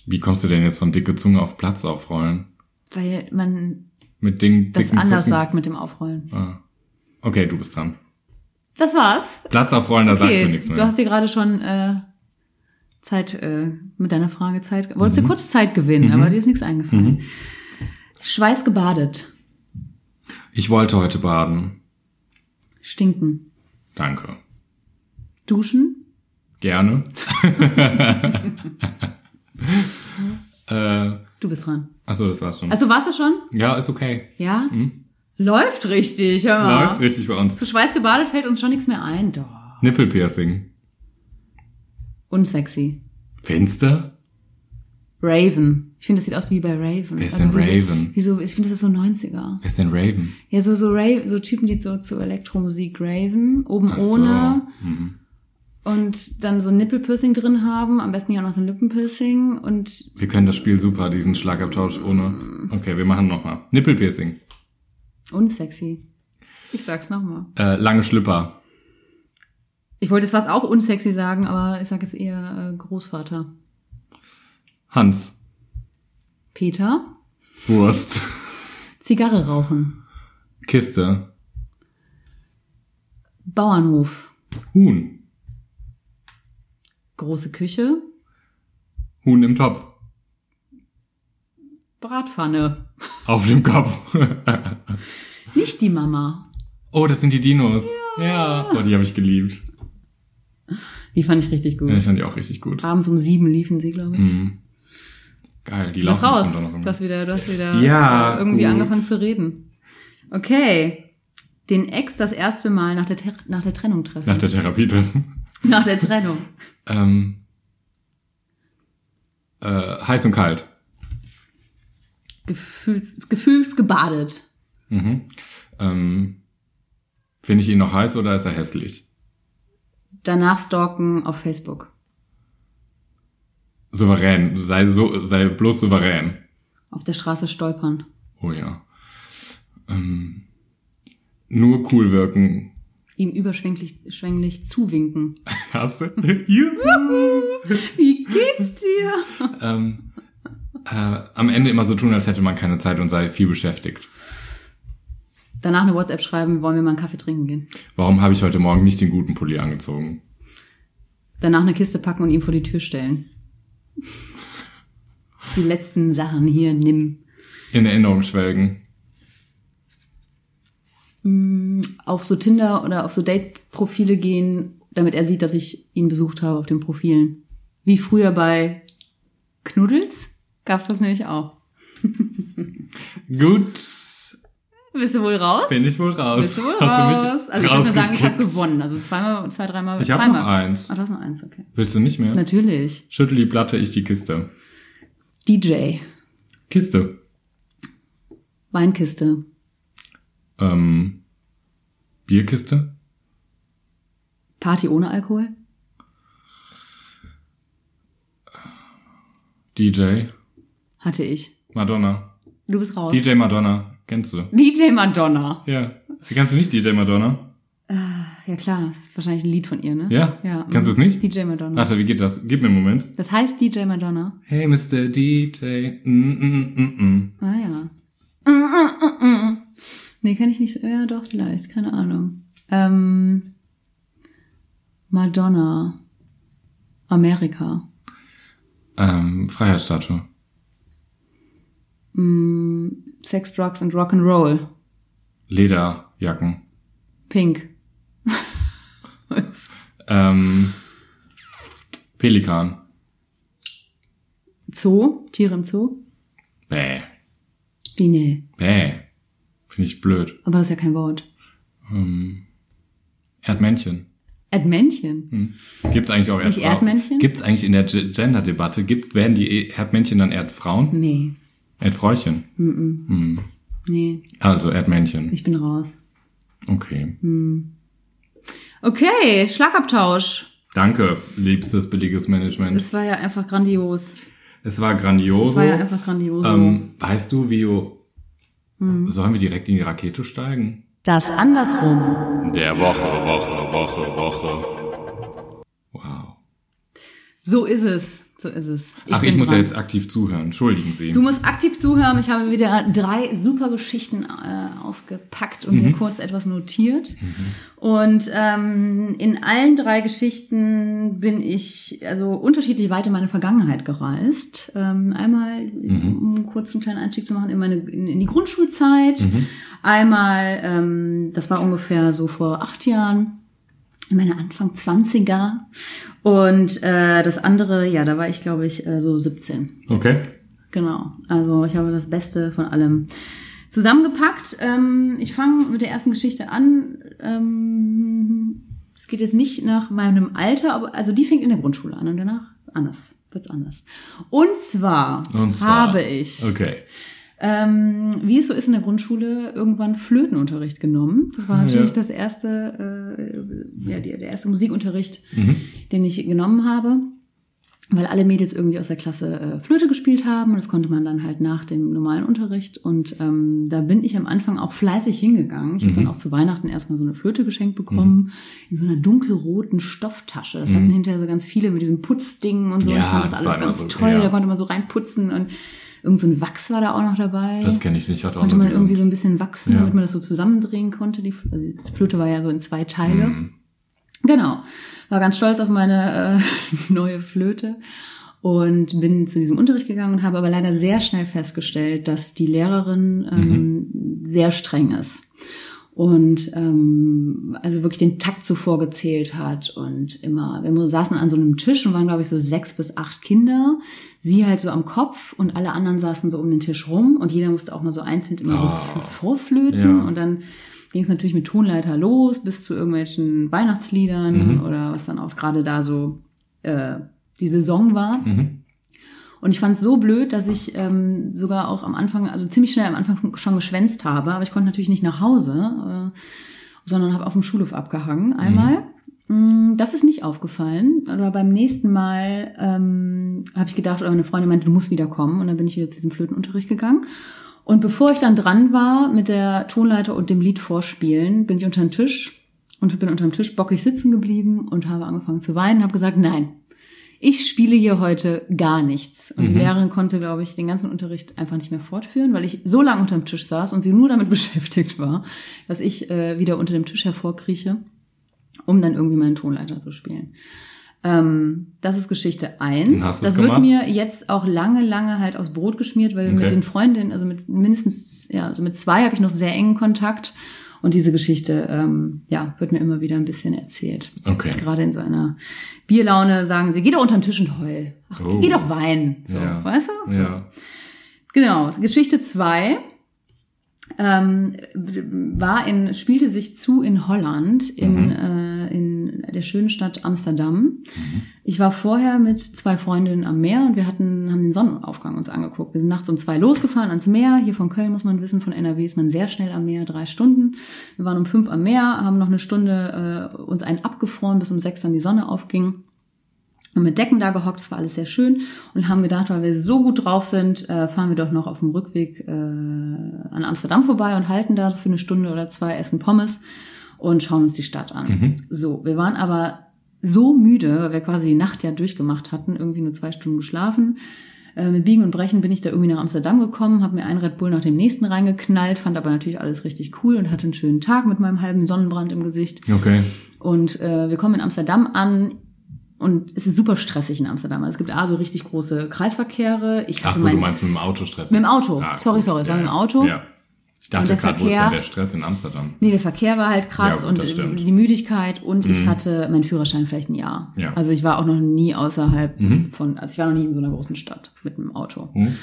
C: Wie kommst du denn jetzt von dicke Zunge auf Platz aufrollen?
D: Weil man
C: Mit Ding,
D: das
C: dicken
D: anders
C: Zucken?
D: sagt mit dem Aufrollen.
C: Ah. Okay, du bist dran.
D: Das war's.
C: Platz aufrollen, da sagt mir
D: Okay,
C: nichts
D: du hast
C: mehr.
D: dir gerade schon äh, Zeit, äh, mit deiner Frage Zeit, wolltest
C: Mhm.
D: du kurz Zeit gewinnen, aber dir ist nichts eingefallen. Schweiß gebadet.
C: Ich wollte heute baden.
D: Stinken.
C: Danke.
D: Duschen.
C: Gerne. äh,
D: Du bist dran.
C: achso, das war's schon.
D: Also warst du schon?
C: ja, ist okay.
D: Ja? Läuft richtig, hör mal.
C: Mhm. Läuft richtig bei uns.
D: Zu Schweiß gebadet fällt uns schon nichts mehr ein. Doch.
C: Nippelpiercing.
D: Unsexy.
C: Fenster?
D: Raven. Ich finde, das sieht aus wie bei Raven. Also
C: Wer ist denn
D: wieso-
C: Raven?
D: Wieso? Ich finde, das ist so 90er.
C: Wer ist denn Raven?
D: Ja, so, so, Raven, so Typen, die so zu Elektromusik raven, oben
C: Ach so.
D: ohne
C: Mhm.
D: und dann so ein Nippelpiercing drin haben, am besten ja auch noch so ein Lippenpiercing und
C: Wir können das Spiel super, diesen Schlagabtausch ohne. Okay, wir machen nochmal. Nippelpiercing.
D: unsexy. Ich sag's nochmal.
C: Äh, lange Schlipper.
D: Ich wollte jetzt fast auch unsexy sagen, aber ich sag jetzt eher äh, Großvater.
C: Hans.
D: Peter,
C: Wurst.
D: Zigarre rauchen,
C: Kiste.
D: Bauernhof,
C: Huhn.
D: große Küche,
C: Huhn im Topf.
D: Bratpfanne.
C: Auf dem Kopf.
D: Nicht die Mama.
C: oh, das sind die Dinos. Ja. Oh, die habe ich geliebt.
D: Die fand ich richtig gut.
C: Ja, ich fand die auch richtig gut.
D: Abends um sieben liefen sie, glaube ich.
C: Mhm. Geil, die
D: Du bist
C: laufen
D: raus.
C: bestimmt auch noch
D: Du hast wieder, du hast wieder
C: Ja,
D: äh, irgendwie
C: gut.
D: angefangen zu reden. Okay. Den Ex das erste Mal nach der, Ter nach der Trennung treffen.
C: Nach der Therapie treffen.
D: Nach der Trennung.
C: Ähm, äh, heiß und kalt.
D: Gefühls gefühlsgebadet.
C: Mhm. Ähm, Finde ich ihn noch heiß oder ist er hässlich?
D: Danach stalken auf Facebook.
C: Souverän. Sei, so, sei bloß souverän.
D: Auf der Straße stolpern.
C: Oh ja. Ähm, nur cool wirken.
D: Ihm überschwänglich schwänglich zuwinken.
C: Hast du? Juhu!
D: Wie geht's dir?
C: ähm, äh, am Ende immer so tun, als hätte man keine Zeit und sei viel beschäftigt.
D: Danach eine WhatsApp schreiben, wollen wir mal einen Kaffee trinken gehen.
C: Warum habe ich heute Morgen nicht den guten Pulli angezogen?
D: Danach eine Kiste packen und ihm vor die Tür stellen. Die letzten Sachen hier, nimm.
C: In Erinnerung schwelgen.
D: auf so Tinder oder auf so Date-Profile gehen, damit er sieht, dass ich ihn besucht habe auf den Profilen. Wie früher bei Knuddels gab's das nämlich auch.
C: Gut.
D: Bist du wohl raus?
C: Bin ich wohl raus.
D: Bist du wohl raus? Also ich würde sagen, ich habe
C: rausgekickt?
D: gewonnen. Also zweimal, zwei, dreimal,
C: Ich hab
D: zweimal.
C: noch eins.
D: Ah, du hast noch eins, okay.
C: Willst du nicht mehr?
D: Natürlich.
C: Schüttel die Platte, ich die Kiste.
D: DJ,
C: Kiste.
D: Weinkiste,
C: Ähm, Bierkiste?
D: Party ohne Alkohol?
C: DJ?
D: Hatte ich.
C: Madonna.
D: Du bist raus.
C: DJ Madonna. Kennst du?
D: DJ Madonna.
C: Ja. Kennst du nicht DJ Madonna?
D: Ja klar, ist wahrscheinlich ein Lied von ihr, ne?
C: Ja?
D: ja
C: Kennst du es
D: mhm.
C: nicht?
D: DJ Madonna.
C: Warte, wie geht das? Gib mir einen Moment.
D: Das heißt DJ Madonna.
C: Hey, Mr. DJ. Mm, mm, mm, mm.
D: Ah ja. Mm, mm, mm, mm. Nee, kann ich nicht. so- Ja, doch, vielleicht. Keine Ahnung. Ähm, Madonna. Amerika.
C: Ähm, Freiheitsstatue.
D: Mm, Sex, Drugs and Rock'n'Roll.
C: Lederjacken.
D: Pink.
C: Ähm, Pelikan.
D: Zoo. Tiere im Zoo.
C: Bäh.
D: Wie nee.
C: Bäh. Finde ich blöd.
D: Aber das ist ja kein Wort.
C: Ähm, Erdmännchen.
D: Erdmännchen.
C: Hm. Gibt's eigentlich auch
D: Nicht
C: Erdfrauen?
D: Erdmännchen?
C: Gibt's eigentlich in der Ge- Gender-Debatte, gibt, werden die E- Erdmännchen dann Erdfrauen?
D: Nee.
C: Erdfräuchen.
D: Mm -mm.
C: Hm.
D: Nee.
C: Also Erdmännchen.
D: Ich bin raus.
C: Okay.
D: Okay, Schlagabtausch.
C: Danke, liebstes billiges Management.
D: Das war ja einfach grandios.
C: Es war grandios.
D: Das war ja einfach grandios.
C: Also,
D: Hm.
C: ähm, weißt du, Vio, sollen wir direkt in die Rakete steigen?
B: Das andersrum.
C: Der Woche, Woche, Woche, Woche. Wow.
D: So ist es. So ist es.
C: Ach, ich
D: bin
C: muss
D: dran.
C: ja jetzt aktiv zuhören. Entschuldigen Sie.
D: Du musst aktiv zuhören. Ich habe wieder drei super Geschichten äh, ausgepackt und mir kurz etwas notiert. Und ähm, in allen drei Geschichten bin ich also unterschiedlich weit in meine Vergangenheit gereist. Ähm, einmal, um kurz einen kleinen Einstieg zu machen, in, meine, in, in die Grundschulzeit. Einmal, ähm, das war ungefähr so vor acht Jahren meine Anfang 20er und äh, das andere, ja, da war ich glaube ich äh, so 17.
C: okay.
D: Genau. Also ich habe das Beste von allem zusammengepackt. Ähm, ich fange mit der ersten Geschichte an. Ähm, es geht jetzt nicht nach meinem Alter, aber also die fängt in der Grundschule an und danach anders. Wird's anders. Und zwar,
C: Und zwar-
D: habe ich,
C: Okay.
D: ähm, wie es so ist in der Grundschule, irgendwann Flötenunterricht genommen. Das war
C: Ja.
D: natürlich das erste, äh, ja, die, der erste Musikunterricht,
C: Mhm.
D: den ich genommen habe, weil alle Mädels irgendwie aus der Klasse äh, Flöte gespielt haben und das konnte man dann halt nach dem normalen Unterricht und ähm, da bin ich am Anfang auch fleißig hingegangen. Ich habe
C: Mhm.
D: dann auch zu Weihnachten erstmal so eine Flöte geschenkt bekommen in so einer dunkelroten Stofftasche. Das hatten
C: Mhm.
D: hinterher so ganz viele mit diesem Putzding und so.
C: Ja,
D: ich fand das
C: das
D: alles
C: war immer
D: ganz
C: so,
D: toll.
C: ja.
D: Da konnte man so reinputzen und irgend so ein Wachs war da auch noch dabei.
C: Das kenne ich nicht. Hat auch
D: konnte
C: nur
D: man irgendwie so
C: gesungen.
D: ein bisschen wachsen,
C: Ja.
D: damit man das so zusammendrehen konnte. Die, Fl- also die Flöte war ja so in zwei Teile.
C: Mhm.
D: Genau. War ganz stolz auf meine äh, neue Flöte und bin zu diesem Unterricht gegangen und habe aber leider sehr schnell festgestellt, dass die Lehrerin ähm, sehr streng ist. Und ähm, also wirklich den Takt zuvor gezählt hat und immer, wir saßen an so einem Tisch und waren, glaube ich, so sechs bis acht Kinder, sie halt so am Kopf und alle anderen saßen so um den Tisch rum und jeder musste auch mal so einzeln immer so
C: Ah.
D: f- vorflöten
C: Ja.
D: und dann ging es natürlich mit Tonleiter los bis zu irgendwelchen Weihnachtsliedern
C: Mhm.
D: oder was dann auch gerade da so äh, die Saison war.
C: Mhm.
D: Und ich fand es so blöd, dass ich ähm, sogar auch am Anfang, also ziemlich schnell am Anfang schon geschwänzt habe, aber ich konnte natürlich nicht nach Hause, äh, sondern habe auf dem Schulhof abgehangen einmal. Mm, Das ist nicht aufgefallen, aber beim nächsten Mal ähm, habe ich gedacht, oder meine Freundin meinte, du musst wieder kommen und dann bin ich wieder zu diesem Flötenunterricht gegangen. Und bevor ich dann dran war mit der Tonleiter und dem Lied vorspielen, bin ich unter den Tisch und bin unter dem Tisch bockig sitzen geblieben und habe angefangen zu weinen und habe gesagt, nein, ich spiele hier heute gar nichts. Und die
C: Mhm.
D: Lehrerin konnte, glaube ich, den ganzen Unterricht einfach nicht mehr fortführen, weil ich so lange unter dem Tisch saß und sie nur damit beschäftigt war, dass ich äh, wieder unter dem Tisch hervorkrieche, um dann irgendwie meinen Tonleiter zu spielen. Ähm, das ist Geschichte eins.
C: Hast du's
D: das wird
C: gemacht?
D: mir jetzt auch lange, lange halt aus Brot geschmiert, weil mit
C: Okay.
D: den Freundinnen, also mit mindestens, ja, also mit zwei habe ich noch sehr engen Kontakt. Und diese Geschichte, ähm, ja, wird mir immer wieder ein bisschen erzählt.
C: Okay.
D: Gerade in so einer Bierlaune sagen sie, geh doch unter den Tisch und heul. Ach,
C: Oh.
D: Geh doch weinen. So,
C: Ja.
D: weißt du?
C: Mhm. Ja.
D: Genau. Geschichte zwei ähm, war in, spielte sich zu in Holland, in,
C: Mhm.
D: äh, in schönen, der schönen Stadt Amsterdam. Ich war vorher mit zwei Freundinnen am Meer und wir hatten, haben den Sonnenaufgang uns angeguckt. Wir sind nachts um zwei losgefahren ans Meer. Hier von Köln muss man wissen, von NRW ist man sehr schnell am Meer, drei Stunden. Wir waren um fünf am Meer, haben noch eine Stunde äh, uns einen abgefroren, bis um sechs dann die Sonne aufging und mit Decken da gehockt, es war alles sehr schön und haben gedacht, weil wir so gut drauf sind, äh, fahren wir doch noch auf dem Rückweg äh, an Amsterdam vorbei und halten da so für eine Stunde oder zwei, essen Pommes und schauen uns die Stadt an.
C: Mhm.
D: So, wir waren aber so müde, weil wir quasi die Nacht ja durchgemacht hatten, irgendwie nur zwei Stunden geschlafen. Äh, mit Biegen und Brechen bin ich da irgendwie nach Amsterdam gekommen, habe mir einen Red Bull nach dem nächsten reingeknallt, fand aber natürlich alles richtig cool und hatte einen schönen Tag mit meinem halben Sonnenbrand im Gesicht.
C: Okay.
D: Und äh, wir kommen in Amsterdam an und es ist super stressig in Amsterdam. Also es gibt A, so richtig große Kreisverkehre. Ich
C: Ach
D: hatte
C: so, du
D: mein,
C: meinst mit dem Auto Stress? Ah,
D: Mit dem Auto. Sorry, sorry, es
C: ja,
D: war mit dem Auto.
C: Ja. Ich
D: Und
C: dachte
D: der
C: gerade, wo ist denn
D: Verkehr-
C: der Stress in Amsterdam?
D: Nee, der Verkehr war halt krass
C: Ja, gut,
D: und
C: das stimmt.
D: die Müdigkeit und ich
C: Mhm.
D: hatte meinen Führerschein vielleicht ein Jahr.
C: Ja.
D: Also ich war auch noch nie außerhalb
C: Mhm.
D: von, also ich war noch nie in so einer großen Stadt mit einem Auto.
C: Hm?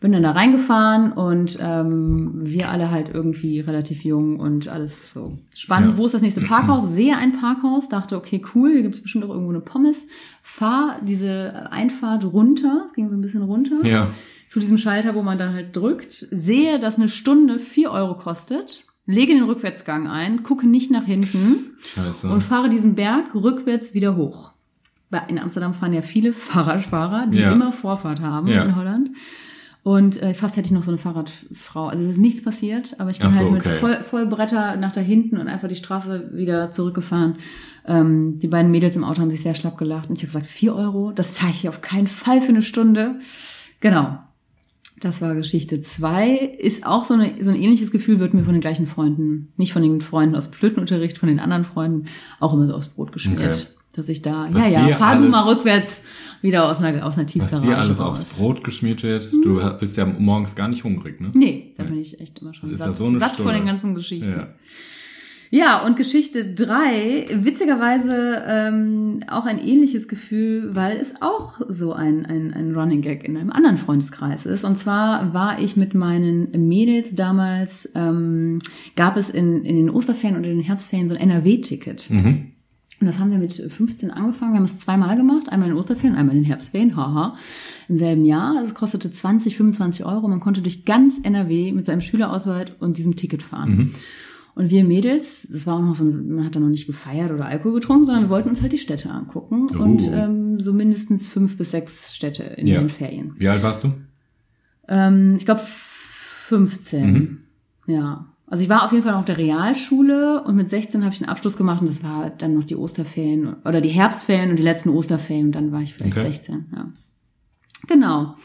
D: Bin dann da reingefahren und ähm, wir alle halt irgendwie relativ jung und alles so spannend.
C: Ja.
D: Wo ist das nächste Parkhaus? Sehe ein Parkhaus, dachte, okay, cool, hier gibt es bestimmt auch irgendwo eine Pommes. Fahr diese Einfahrt runter, es ging so ein bisschen runter,
C: Ja.
D: zu diesem Schalter, wo man dann halt drückt. Sehe, dass eine Stunde 4 Euro kostet. Lege den Rückwärtsgang ein, gucke nicht nach hinten
C: Scheiße.
D: und fahre diesen Berg rückwärts wieder hoch. Weil In Amsterdam fahren ja viele Fahrradfahrer, die
C: Ja.
D: immer Vorfahrt haben
C: Ja.
D: in Holland. Und äh, fast hätte ich noch so eine Fahrradfrau. Also es ist nichts passiert, aber ich bin
C: Ach so,
D: halt mit
C: okay.
D: Voll, Vollbretter nach da hinten und einfach die Straße wieder zurückgefahren. Ähm, die beiden Mädels im Auto haben sich sehr schlapp gelacht und ich habe gesagt, 4 Euro, das zahle ich hier auf keinen Fall für eine Stunde. Genau. Das war Geschichte 2. Ist auch so, eine, so ein ähnliches Gefühl, wird mir von den gleichen Freunden, nicht von den Freunden aus dem Flötenunterricht, von den anderen Freunden, auch immer so aufs Brot geschmiert.
C: Okay.
D: Dass ich da,
C: Was
D: ja, ja,
C: dir
D: fahr du
C: alles-
D: mal rückwärts wieder aus einer, aus einer
C: Was
D: Tiefgarage
C: dir alles
D: raus. Hm.
C: aufs Brot geschmiert wird, du bist ja morgens gar nicht hungrig, ne?
D: Nee, da
C: Nee.
D: bin ich echt immer schon
C: Ist
D: satt,
C: das so eine
D: satt vor
C: Stunde?
D: den ganzen Geschichten.
C: Ja.
D: Ja, und Geschichte drei witzigerweise ähm, auch ein ähnliches Gefühl, weil es auch so ein, ein, ein Running Gag in einem anderen Freundeskreis ist. Und zwar war ich mit meinen Mädels damals, ähm, gab es in, in den Osterferien und in den Herbstferien so ein NRW-Ticket.
C: Mhm.
D: Und das haben wir mit 15 angefangen. Wir haben es zweimal gemacht, einmal in den Osterferien, einmal in den Herbstferien, haha, im selben Jahr. Also Es kostete 20, 25 Euro. Man konnte durch ganz NRW mit seinem Schülerausweis und diesem Ticket fahren.
C: Mhm.
D: Und wir Mädels, das war auch noch so, ein, man hat da noch nicht gefeiert oder Alkohol getrunken, sondern wir wollten uns halt die Städte angucken
C: Oh.
D: und ähm, so mindestens fünf bis sechs Städte in
C: Ja.
D: den Ferien.
C: Wie alt warst du?
D: Ähm, ich glaube 15.
C: Mhm.
D: Ja. Also ich war auf jeden Fall noch auf der Realschule und mit 16 habe ich einen Abschluss gemacht und das war halt dann noch die Osterferien oder die Herbstferien und die letzten Osterferien und dann war ich vielleicht
C: Okay.
D: 16. Ja. Genau.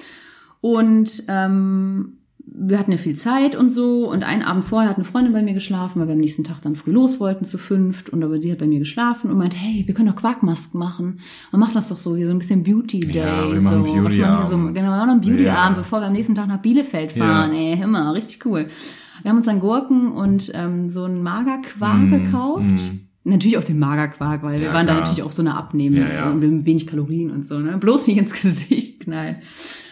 D: Und ähm, wir hatten ja viel Zeit und so. Und einen Abend vorher hat eine Freundin bei mir geschlafen, weil wir am nächsten Tag dann früh los wollten zu fünft. Und aber die hat bei mir geschlafen und meint, hey, wir können doch Quarkmasken machen. Man macht das doch so hier so ein bisschen Beauty Day.
C: Ja, wir
D: so,
C: machen
D: was man hier so,
C: Beautyabend.
D: genau, wir machen einen Beautyabend,
C: Ja.
D: bevor wir am nächsten Tag nach Bielefeld fahren.
C: Ja.
D: Ey, immer, richtig cool. Wir haben uns dann Gurken und ähm, so einen Magerquark
C: Mhm,
D: gekauft.
C: mhm.
D: Natürlich auch den Magerquark, weil wir
C: Ja,
D: waren da
C: klar.
D: natürlich auch so eine Abnehmen
C: Ja, ja.
D: und mit wenig Kalorien und so, ne? Bloß nicht ins Gesicht knallen.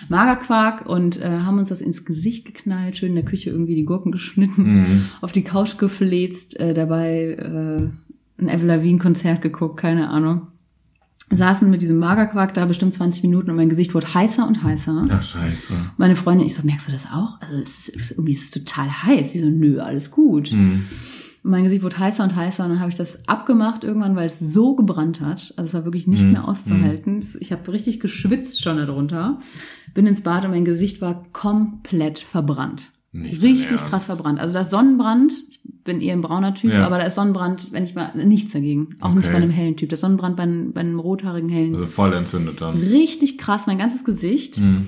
D: Magerquark und äh, haben uns das ins Gesicht geknallt, schön in der Küche irgendwie die Gurken geschnitten,
C: Mhm.
D: auf die Couch gefläzt, äh, dabei äh, ein Avril Lavigne Konzert geguckt, keine Ahnung. Saßen mit diesem Magerquark da bestimmt 20 Minuten und mein Gesicht wurde heißer und heißer.
C: Ach, scheiße.
D: Meine Freundin, ich so, merkst du das auch? Also es ist, irgendwie ist es total heiß. Die so, nö, alles gut.
C: Mhm.
D: Und mein Gesicht wurde heißer und heißer und dann habe ich das abgemacht irgendwann, weil es so gebrannt hat. Also es war wirklich nicht
C: Mhm.
D: mehr auszuhalten. Ich habe richtig geschwitzt schon darunter. Bin ins Bad und mein Gesicht war komplett verbrannt.
C: Nicht dein
D: richtig
C: Ernst.
D: krass verbrannt. Also das Sonnenbrand, ich bin eher ein brauner Typ,
C: Ja.
D: aber da ist Sonnenbrand, wenn ich mal, nichts dagegen. Auch nicht
C: Okay.
D: bei einem hellen Typ. Das Sonnenbrand bei einem, bei einem rothaarigen hellen.
C: Also voll entzündet dann.
D: Richtig krass, mein ganzes Gesicht.
C: Mhm.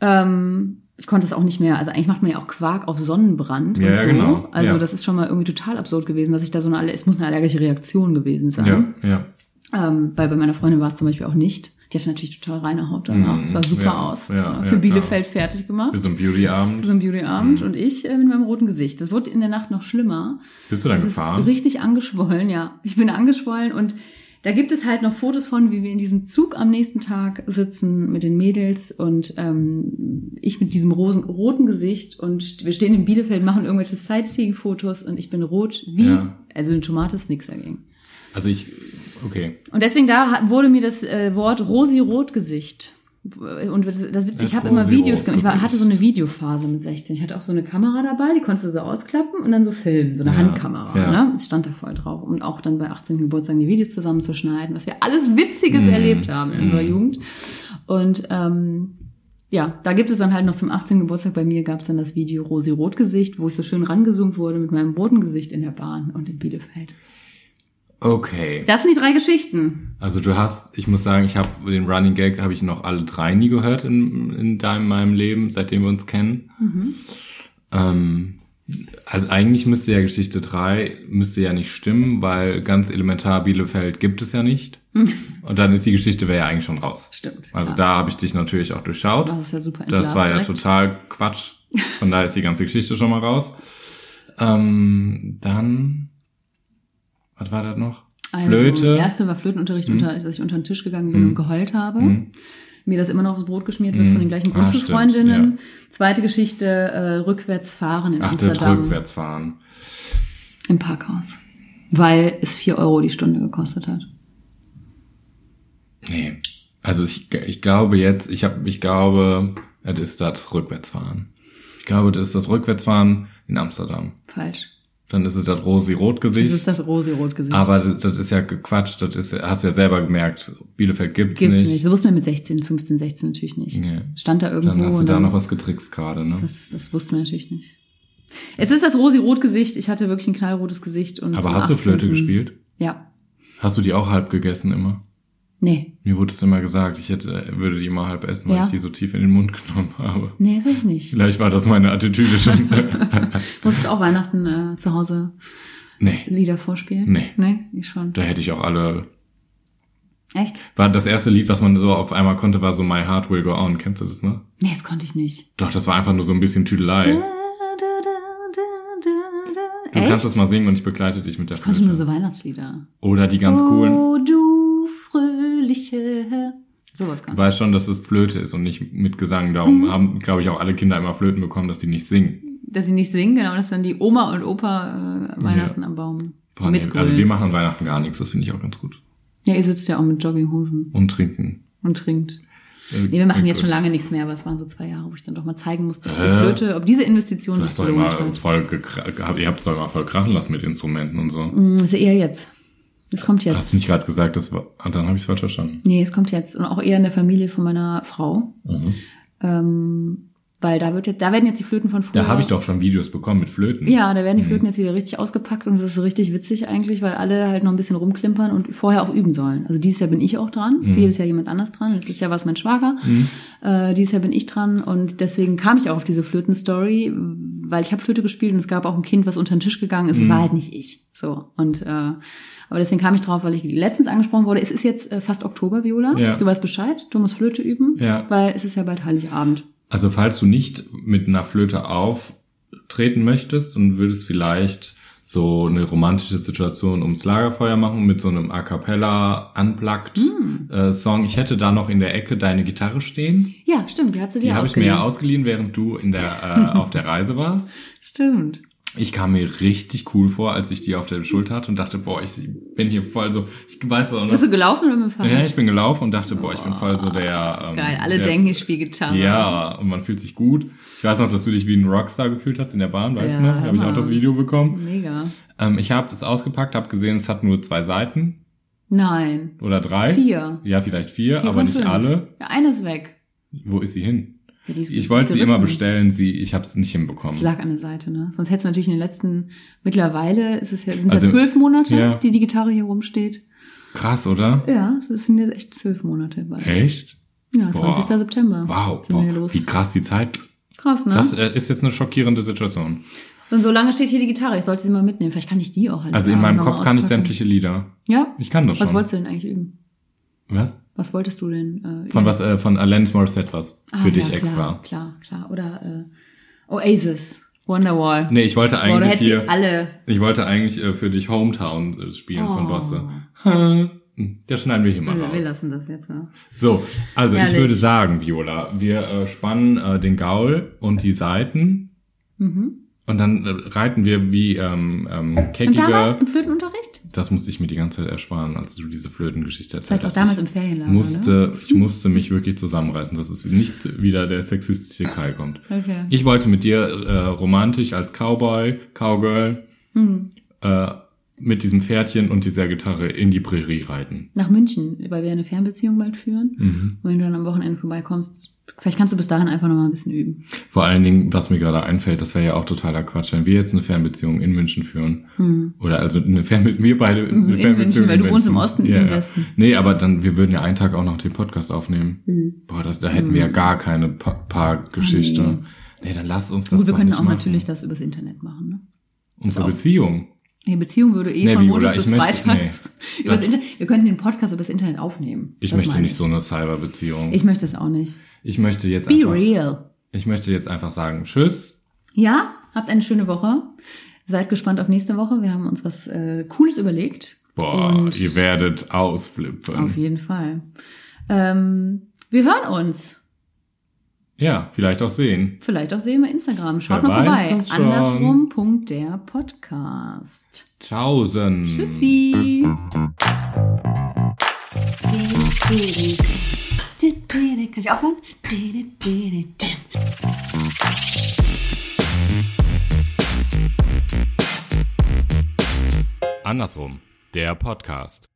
D: Ähm, ich konnte es auch nicht mehr, also eigentlich macht man ja auch Quark auf Sonnenbrand
C: Ja,
D: und
C: ja,
D: so.
C: genau.
D: Also
C: Ja.
D: das ist schon mal irgendwie total absurd gewesen, dass ich da so eine, alle- es muss eine allergische Reaktion
C: Ja,
D: gewesen sein.
C: ja.
D: Ähm, weil bei meiner Freundin war es zum Beispiel auch nicht. Die hatte natürlich total reine Haut danach.
C: Mhm.
D: Sah super
C: Ja,
D: aus. Äh,
C: ja,
D: Für
C: ja,
D: Bielefeld fertig gemacht.
C: Für so einen Beauty-Abend.
D: Für so ein Beautyabend.
C: Mhm.
D: Und ich äh, mit meinem roten Gesicht. Das wurde in der Nacht noch schlimmer.
C: Bist du dann
D: Es
C: gefahren?
D: ist richtig angeschwollen, ja. Ich bin angeschwollen und da gibt es halt noch Fotos von, wie wir in diesem Zug am nächsten Tag sitzen mit den Mädels und ähm, ich mit diesem rosen, roten Gesicht und wir stehen in Bielefeld, machen irgendwelche Sightseeing-Fotos und ich bin rot wie,
C: Ja.
D: also eine Tomate ist nichts dagegen.
C: Also ich okay.
D: Und deswegen da hat- wurde mir das äh, Wort Rosi-Rot-Gesicht. äh, Und das, das, Witz- ich
C: Ein
D: habe immer Videos gemacht. Ich war,
C: Rosi-Rot-Gesicht.
D: hatte so eine Videophase mit 16. Ich hatte auch so eine Kamera dabei, die konntest du so ausklappen und dann so filmen, so eine
C: Ja,
D: Handkamera.
C: ja.
D: Ne? Ich stand da voll drauf. Und auch dann bei 18. Geburtstagen die Videos zusammenzuschneiden, was wir alles Witziges
C: Mhm.
D: erlebt haben in unserer
C: Mhm.
D: Jugend. Und ähm, ja, da gibt es dann halt noch zum 18. Geburtstag bei mir gab es dann das Video Rosi-Rot-Gesicht, wo ich so schön rangezoomt wurde mit meinem roten Gesicht in der Bahn und in Bielefeld.
C: Okay.
D: Das sind die drei Geschichten.
C: Also du hast, ich muss sagen, ich habe den Running Gag habe ich noch alle drei nie gehört in, in deinem meinem Leben, seitdem wir uns kennen.
D: Mhm.
C: Ähm, also eigentlich müsste ja Geschichte drei müsste ja nicht stimmen, weil ganz elementar Bielefeld gibt es ja nicht. Und dann ist die Geschichte wäre ja eigentlich schon raus.
D: Stimmt.
C: Also
D: klar.
C: da habe ich dich natürlich auch durchschaut.
D: Das ist ja super
C: Das war ja
D: entlarvt direkt.
C: total Quatsch. Von daher ist die ganze Geschichte schon mal raus. Ähm, dann, was war das noch?
D: Also,
C: Flöte.
D: erste war Flötenunterricht,
C: Mhm.
D: unter, dass ich unter den Tisch gegangen bin
C: Mhm.
D: und geheult habe.
C: Hm?
D: Mir das immer noch aufs Brot geschmiert wird
C: Mhm.
D: von den gleichen
C: Ah, stimmt,
D: Grundschulfreundinnen. Zweite Geschichte, äh, rückwärts fahren in
C: Ach, das
D: Amsterdam
C: Rückwärtsfahren.
D: im Parkhaus. Weil es vier Euro die Stunde gekostet hat.
C: Nee. Also ich, ich glaube jetzt, ich habe, ich glaube, es ist das Rückwärtsfahren. Ich glaube, das ist das Rückwärtsfahren in Amsterdam.
D: Falsch.
C: Dann ist es das Rosi-Rot-Gesicht.
D: Das ist das rosirot Gesicht.
C: Aber das, das ist ja gequatscht, das ist, hast du ja selber gemerkt. Bielefeld gibt's,
D: Gibt's nicht.
C: nicht.
D: Das wussten wir mit 16, 15, 16 natürlich nicht.
C: Nee.
D: Stand da irgendwo
C: Dann hast du
D: und
C: da
D: dann
C: noch was getrickst gerade, ne?
D: Das, das wussten wir natürlich nicht. Es ist das rosi-rot Gesicht. Ich hatte wirklich ein knallrotes Gesicht. Und
C: Aber
D: zum
C: hast du Flöte
D: 18..
C: gespielt?
D: Ja.
C: Hast du die auch halb gegessen immer?
D: Nee.
C: Mir wurde es immer gesagt, ich hätte, würde die immer halb essen, weil
D: Ja.
C: ich die so tief in den Mund genommen habe.
D: Nee, das hab ich nicht.
C: Vielleicht war das meine Attitüde schon.
D: Musstest du auch Weihnachten äh, zu Hause
C: nee,
D: Lieder vorspielen?
C: Nee.
D: Nee, ich schon.
C: da hätte ich auch alle.
D: Echt?
C: War das erste Lied, was man so auf einmal konnte, war so My Heart Will Go On. Kennst du das, ne?
D: Nee, das konnte ich nicht.
C: Doch, das war einfach nur so ein bisschen Tüdelei. Du
D: Echt?
C: kannst das mal singen und ich begleite dich mit der
D: ich konnte nur so
C: Flöte.
D: Weihnachtslieder.
C: Oder die ganz coolen.
D: Oh, du fröhliche. Sowas kann
C: Du
D: ich.
C: weißt schon, dass es Flöte ist und nicht mit Gesang. Darum
D: Mhm.
C: haben, glaube ich, auch alle Kinder immer Flöten bekommen, dass die nicht singen.
D: Dass sie nicht singen, genau, dass dann die Oma und Opa äh, Weihnachten am Baum
C: Boah, nee.
D: mitgrölen.
C: Also wir machen an Weihnachten gar nichts, das finde ich auch ganz gut.
D: ja, ihr sitzt ja auch mit Jogginghosen
C: Und trinken.
D: und trinkt.
C: Äh,
D: Nee, wir machen
C: klingt
D: jetzt schon
C: gut.
D: lange nichts mehr, aber es waren so zwei Jahre, wo ich dann doch mal zeigen musste, ob die
C: Äh.
D: Flöte, ob diese Investition
C: Das
D: um sich
C: ist doch
D: gelohnt
C: immer
D: hat.
C: voll gekra- gehabt- ihr habt es doch immer voll krachen lassen mit Instrumenten und so.
D: Mm, Ist ja eher jetzt. Es kommt
C: Hast
D: jetzt.
C: du nicht gerade gesagt, das war, ah, dann habe ich es falsch verstanden.
D: Nee, es kommt jetzt. Und auch eher in der Familie von meiner Frau.
C: Mhm.
D: Ähm, weil da wird jetzt, da werden jetzt die Flöten von früher.
C: Da habe ich doch schon Videos bekommen mit Flöten.
D: Ja, da werden die
C: Mhm.
D: Flöten jetzt wieder richtig ausgepackt und das ist richtig witzig eigentlich, weil alle halt noch ein bisschen rumklimpern und vorher auch üben sollen. Also dieses Jahr bin ich auch dran, ist
C: Mhm.
D: jedes Jahr jemand anders dran, letztes Jahr war es mein Schwager,
C: Mhm.
D: äh, dieses Jahr bin ich dran und deswegen kam ich auch auf diese Flöten-Story, weil ich habe Flöte gespielt und es gab auch ein Kind, was unter den Tisch gegangen ist, es
C: Mhm.
D: war halt nicht ich. So und äh, aber deswegen kam ich drauf, weil ich letztens angesprochen wurde, es ist jetzt äh, fast Oktober, Viola,
C: Ja.
D: du weißt Bescheid, du musst Flöte üben,
C: Ja.
D: weil es ist ja bald Heiligabend.
C: Also falls du nicht mit einer Flöte auftreten möchtest und würdest vielleicht so eine romantische Situation ums Lagerfeuer machen mit so einem A cappella unplugged
D: Hm.
C: äh, Song. Ich hätte da noch in der Ecke deine Gitarre stehen.
D: Ja, stimmt, die hat sie dir
C: Die habe ich mir
D: ausgeliehen.
C: ja ausgeliehen, während du in der äh, auf der Reise warst.
D: Stimmt.
C: Ich kam mir richtig cool vor, als ich die auf der Schulter hatte und dachte, boah, ich bin hier voll so, ich weiß auch noch.
D: Bist du gelaufen oder mit dem Fahrrad?
C: Ja, ich bin gelaufen und dachte, boah, ich bin voll so der. Ähm,
D: Geil, alle
C: der,
D: denken, ich spiele Gitarre.
C: Ja, und man fühlt sich gut. Ich weiß noch, dass du dich wie ein Rockstar gefühlt hast in der Bahn, weißt
D: Ja,
C: du? Ne? Da habe ich
D: Hammer.
C: auch das Video bekommen.
D: Mega.
C: Ähm, ich habe das ausgepackt, habe gesehen, es hat nur zwei Seiten
D: Nein.
C: oder drei.
D: Vier.
C: Ja, vielleicht vier,
D: Vier
C: aber
D: von
C: nicht
D: fünf.
C: alle.
D: Ja, eine ist weg.
C: Wo ist sie hin?
D: Ja, die ist- die
C: Ich
D: ist
C: wollte sie
D: gerissen.
C: immer bestellen, sie, ich habe es nicht hinbekommen.
D: Es lag an der Seite, ne? Sonst hättest du natürlich in den letzten, mittlerweile ist es ja, sind es ja
C: Also,
D: zwölf Monate,
C: ja.
D: die die Gitarre hier rumsteht.
C: Krass, oder?
D: Ja, das sind jetzt echt zwölf Monate bald.
C: Echt?
D: Ja,
C: Boah.
D: 20. September.
C: Wow,
D: Sind wir
C: boah,
D: los.
C: wie krass die Zeit.
D: Krass, ne?
C: Das äh, ist jetzt eine schockierende Situation.
D: Und so lange steht hier die Gitarre. Ich sollte sie mal mitnehmen. Vielleicht kann ich die auch halt.
C: Also in meinem Kopf kann ich sämtliche Lieder.
D: Ja?
C: Ich kann das schon.
D: Was wolltest du denn eigentlich üben?
C: Was?
D: Was wolltest du denn? Äh,
C: Von
D: üben?
C: was? Äh, von Alanis Morissette was
D: Ah,
C: für dich
D: ja,
C: extra.
D: Klar, klar. klar. Oder äh, Oasis, Wonderwall.
C: Nee, ich wollte
D: Boah, du
C: eigentlich
D: hättest sie
C: hier.
D: alle.
C: Ich wollte eigentlich äh, für dich Hometown äh, spielen von
D: Oh.
C: Bosse. Ha. Der schneiden wir hier mal
D: Wir, wir
C: raus.
D: lassen das jetzt ne? mal.
C: So, also
D: Herrlich.
C: ich würde sagen, Viola, wir äh, spannen äh, den Gaul und die Seiten
D: Mhm.
C: Und dann äh, reiten wir wie ähm, ähm,
D: Und damals
C: Kekiger.
D: im Flötenunterricht?
C: Das musste ich mir die ganze Zeit ersparen, als du diese Flötengeschichte
D: Das war
C: erzählt
D: doch
C: hast.
D: damals im
C: ich
D: Ferienlager, ne?
C: musste, ich musste mich wirklich zusammenreißen, dass es nicht wieder der sexistische Kai kommt.
D: Okay.
C: Ich wollte mit dir äh, romantisch als Cowboy, Cowgirl,
D: Hm.
C: äh, mit diesem Pferdchen und dieser Gitarre in die Prärie reiten.
D: Nach München, weil wir eine Fernbeziehung bald führen.
C: Mhm.
D: Wenn du dann am Wochenende vorbeikommst, vielleicht kannst du bis dahin einfach nochmal ein bisschen üben.
C: Vor allen Dingen, was mir gerade einfällt, das wäre ja auch totaler Quatsch, wenn wir jetzt eine Fernbeziehung in München führen.
D: Hm.
C: Oder also eine Fernbeziehung, wir beide
D: In München, weil du wohnst im Osten,
C: ja,
D: im
C: ja.
D: Westen.
C: Nee, aber dann, wir würden ja einen Tag auch noch den Podcast aufnehmen.
D: Hm.
C: Boah, das, da hätten wir ja gar keine pa Paar-Geschichte.
D: Nee.
C: Nee. dann lasst uns das
D: Gut, wir
C: doch
D: können
C: nicht
D: auch
C: machen.
D: natürlich das übers Internet machen. Ne?
C: Unsere
D: auch-
C: Beziehung.
D: Die Beziehung würde eh
C: Nee,
D: von
C: wie,
D: Montags
C: oder ich
D: bis
C: möchte-
D: Freitags.
C: nee.
D: übers
C: Das-
D: Inter wir könnten den Podcast übers Internet aufnehmen.
C: Ich
D: Das
C: möchte
D: meine
C: nicht so eine Cyber-Beziehung.
D: Ich möchte es auch nicht.
C: Ich möchte jetzt
D: Be
C: einfach,
D: real.
C: ich möchte jetzt einfach sagen, tschüss.
D: Ja, habt eine schöne Woche. Seid gespannt auf nächste Woche. Wir haben uns was äh, Cooles überlegt.
C: Boah,
D: Und
C: ihr werdet ausflippen.
D: Auf jeden Fall. Ähm, wir hören uns.
C: ja, vielleicht auch sehen.
D: Vielleicht auch sehen wir Instagram. Schaut
C: Wer
D: mal
C: weiß
D: vorbei.
C: das schon.
D: Andersrum. Punkt der Podcast.
C: Tschaußen.
D: Tschüssi.
B: Kann ich aufhören?
C: Andersrum, der Podcast.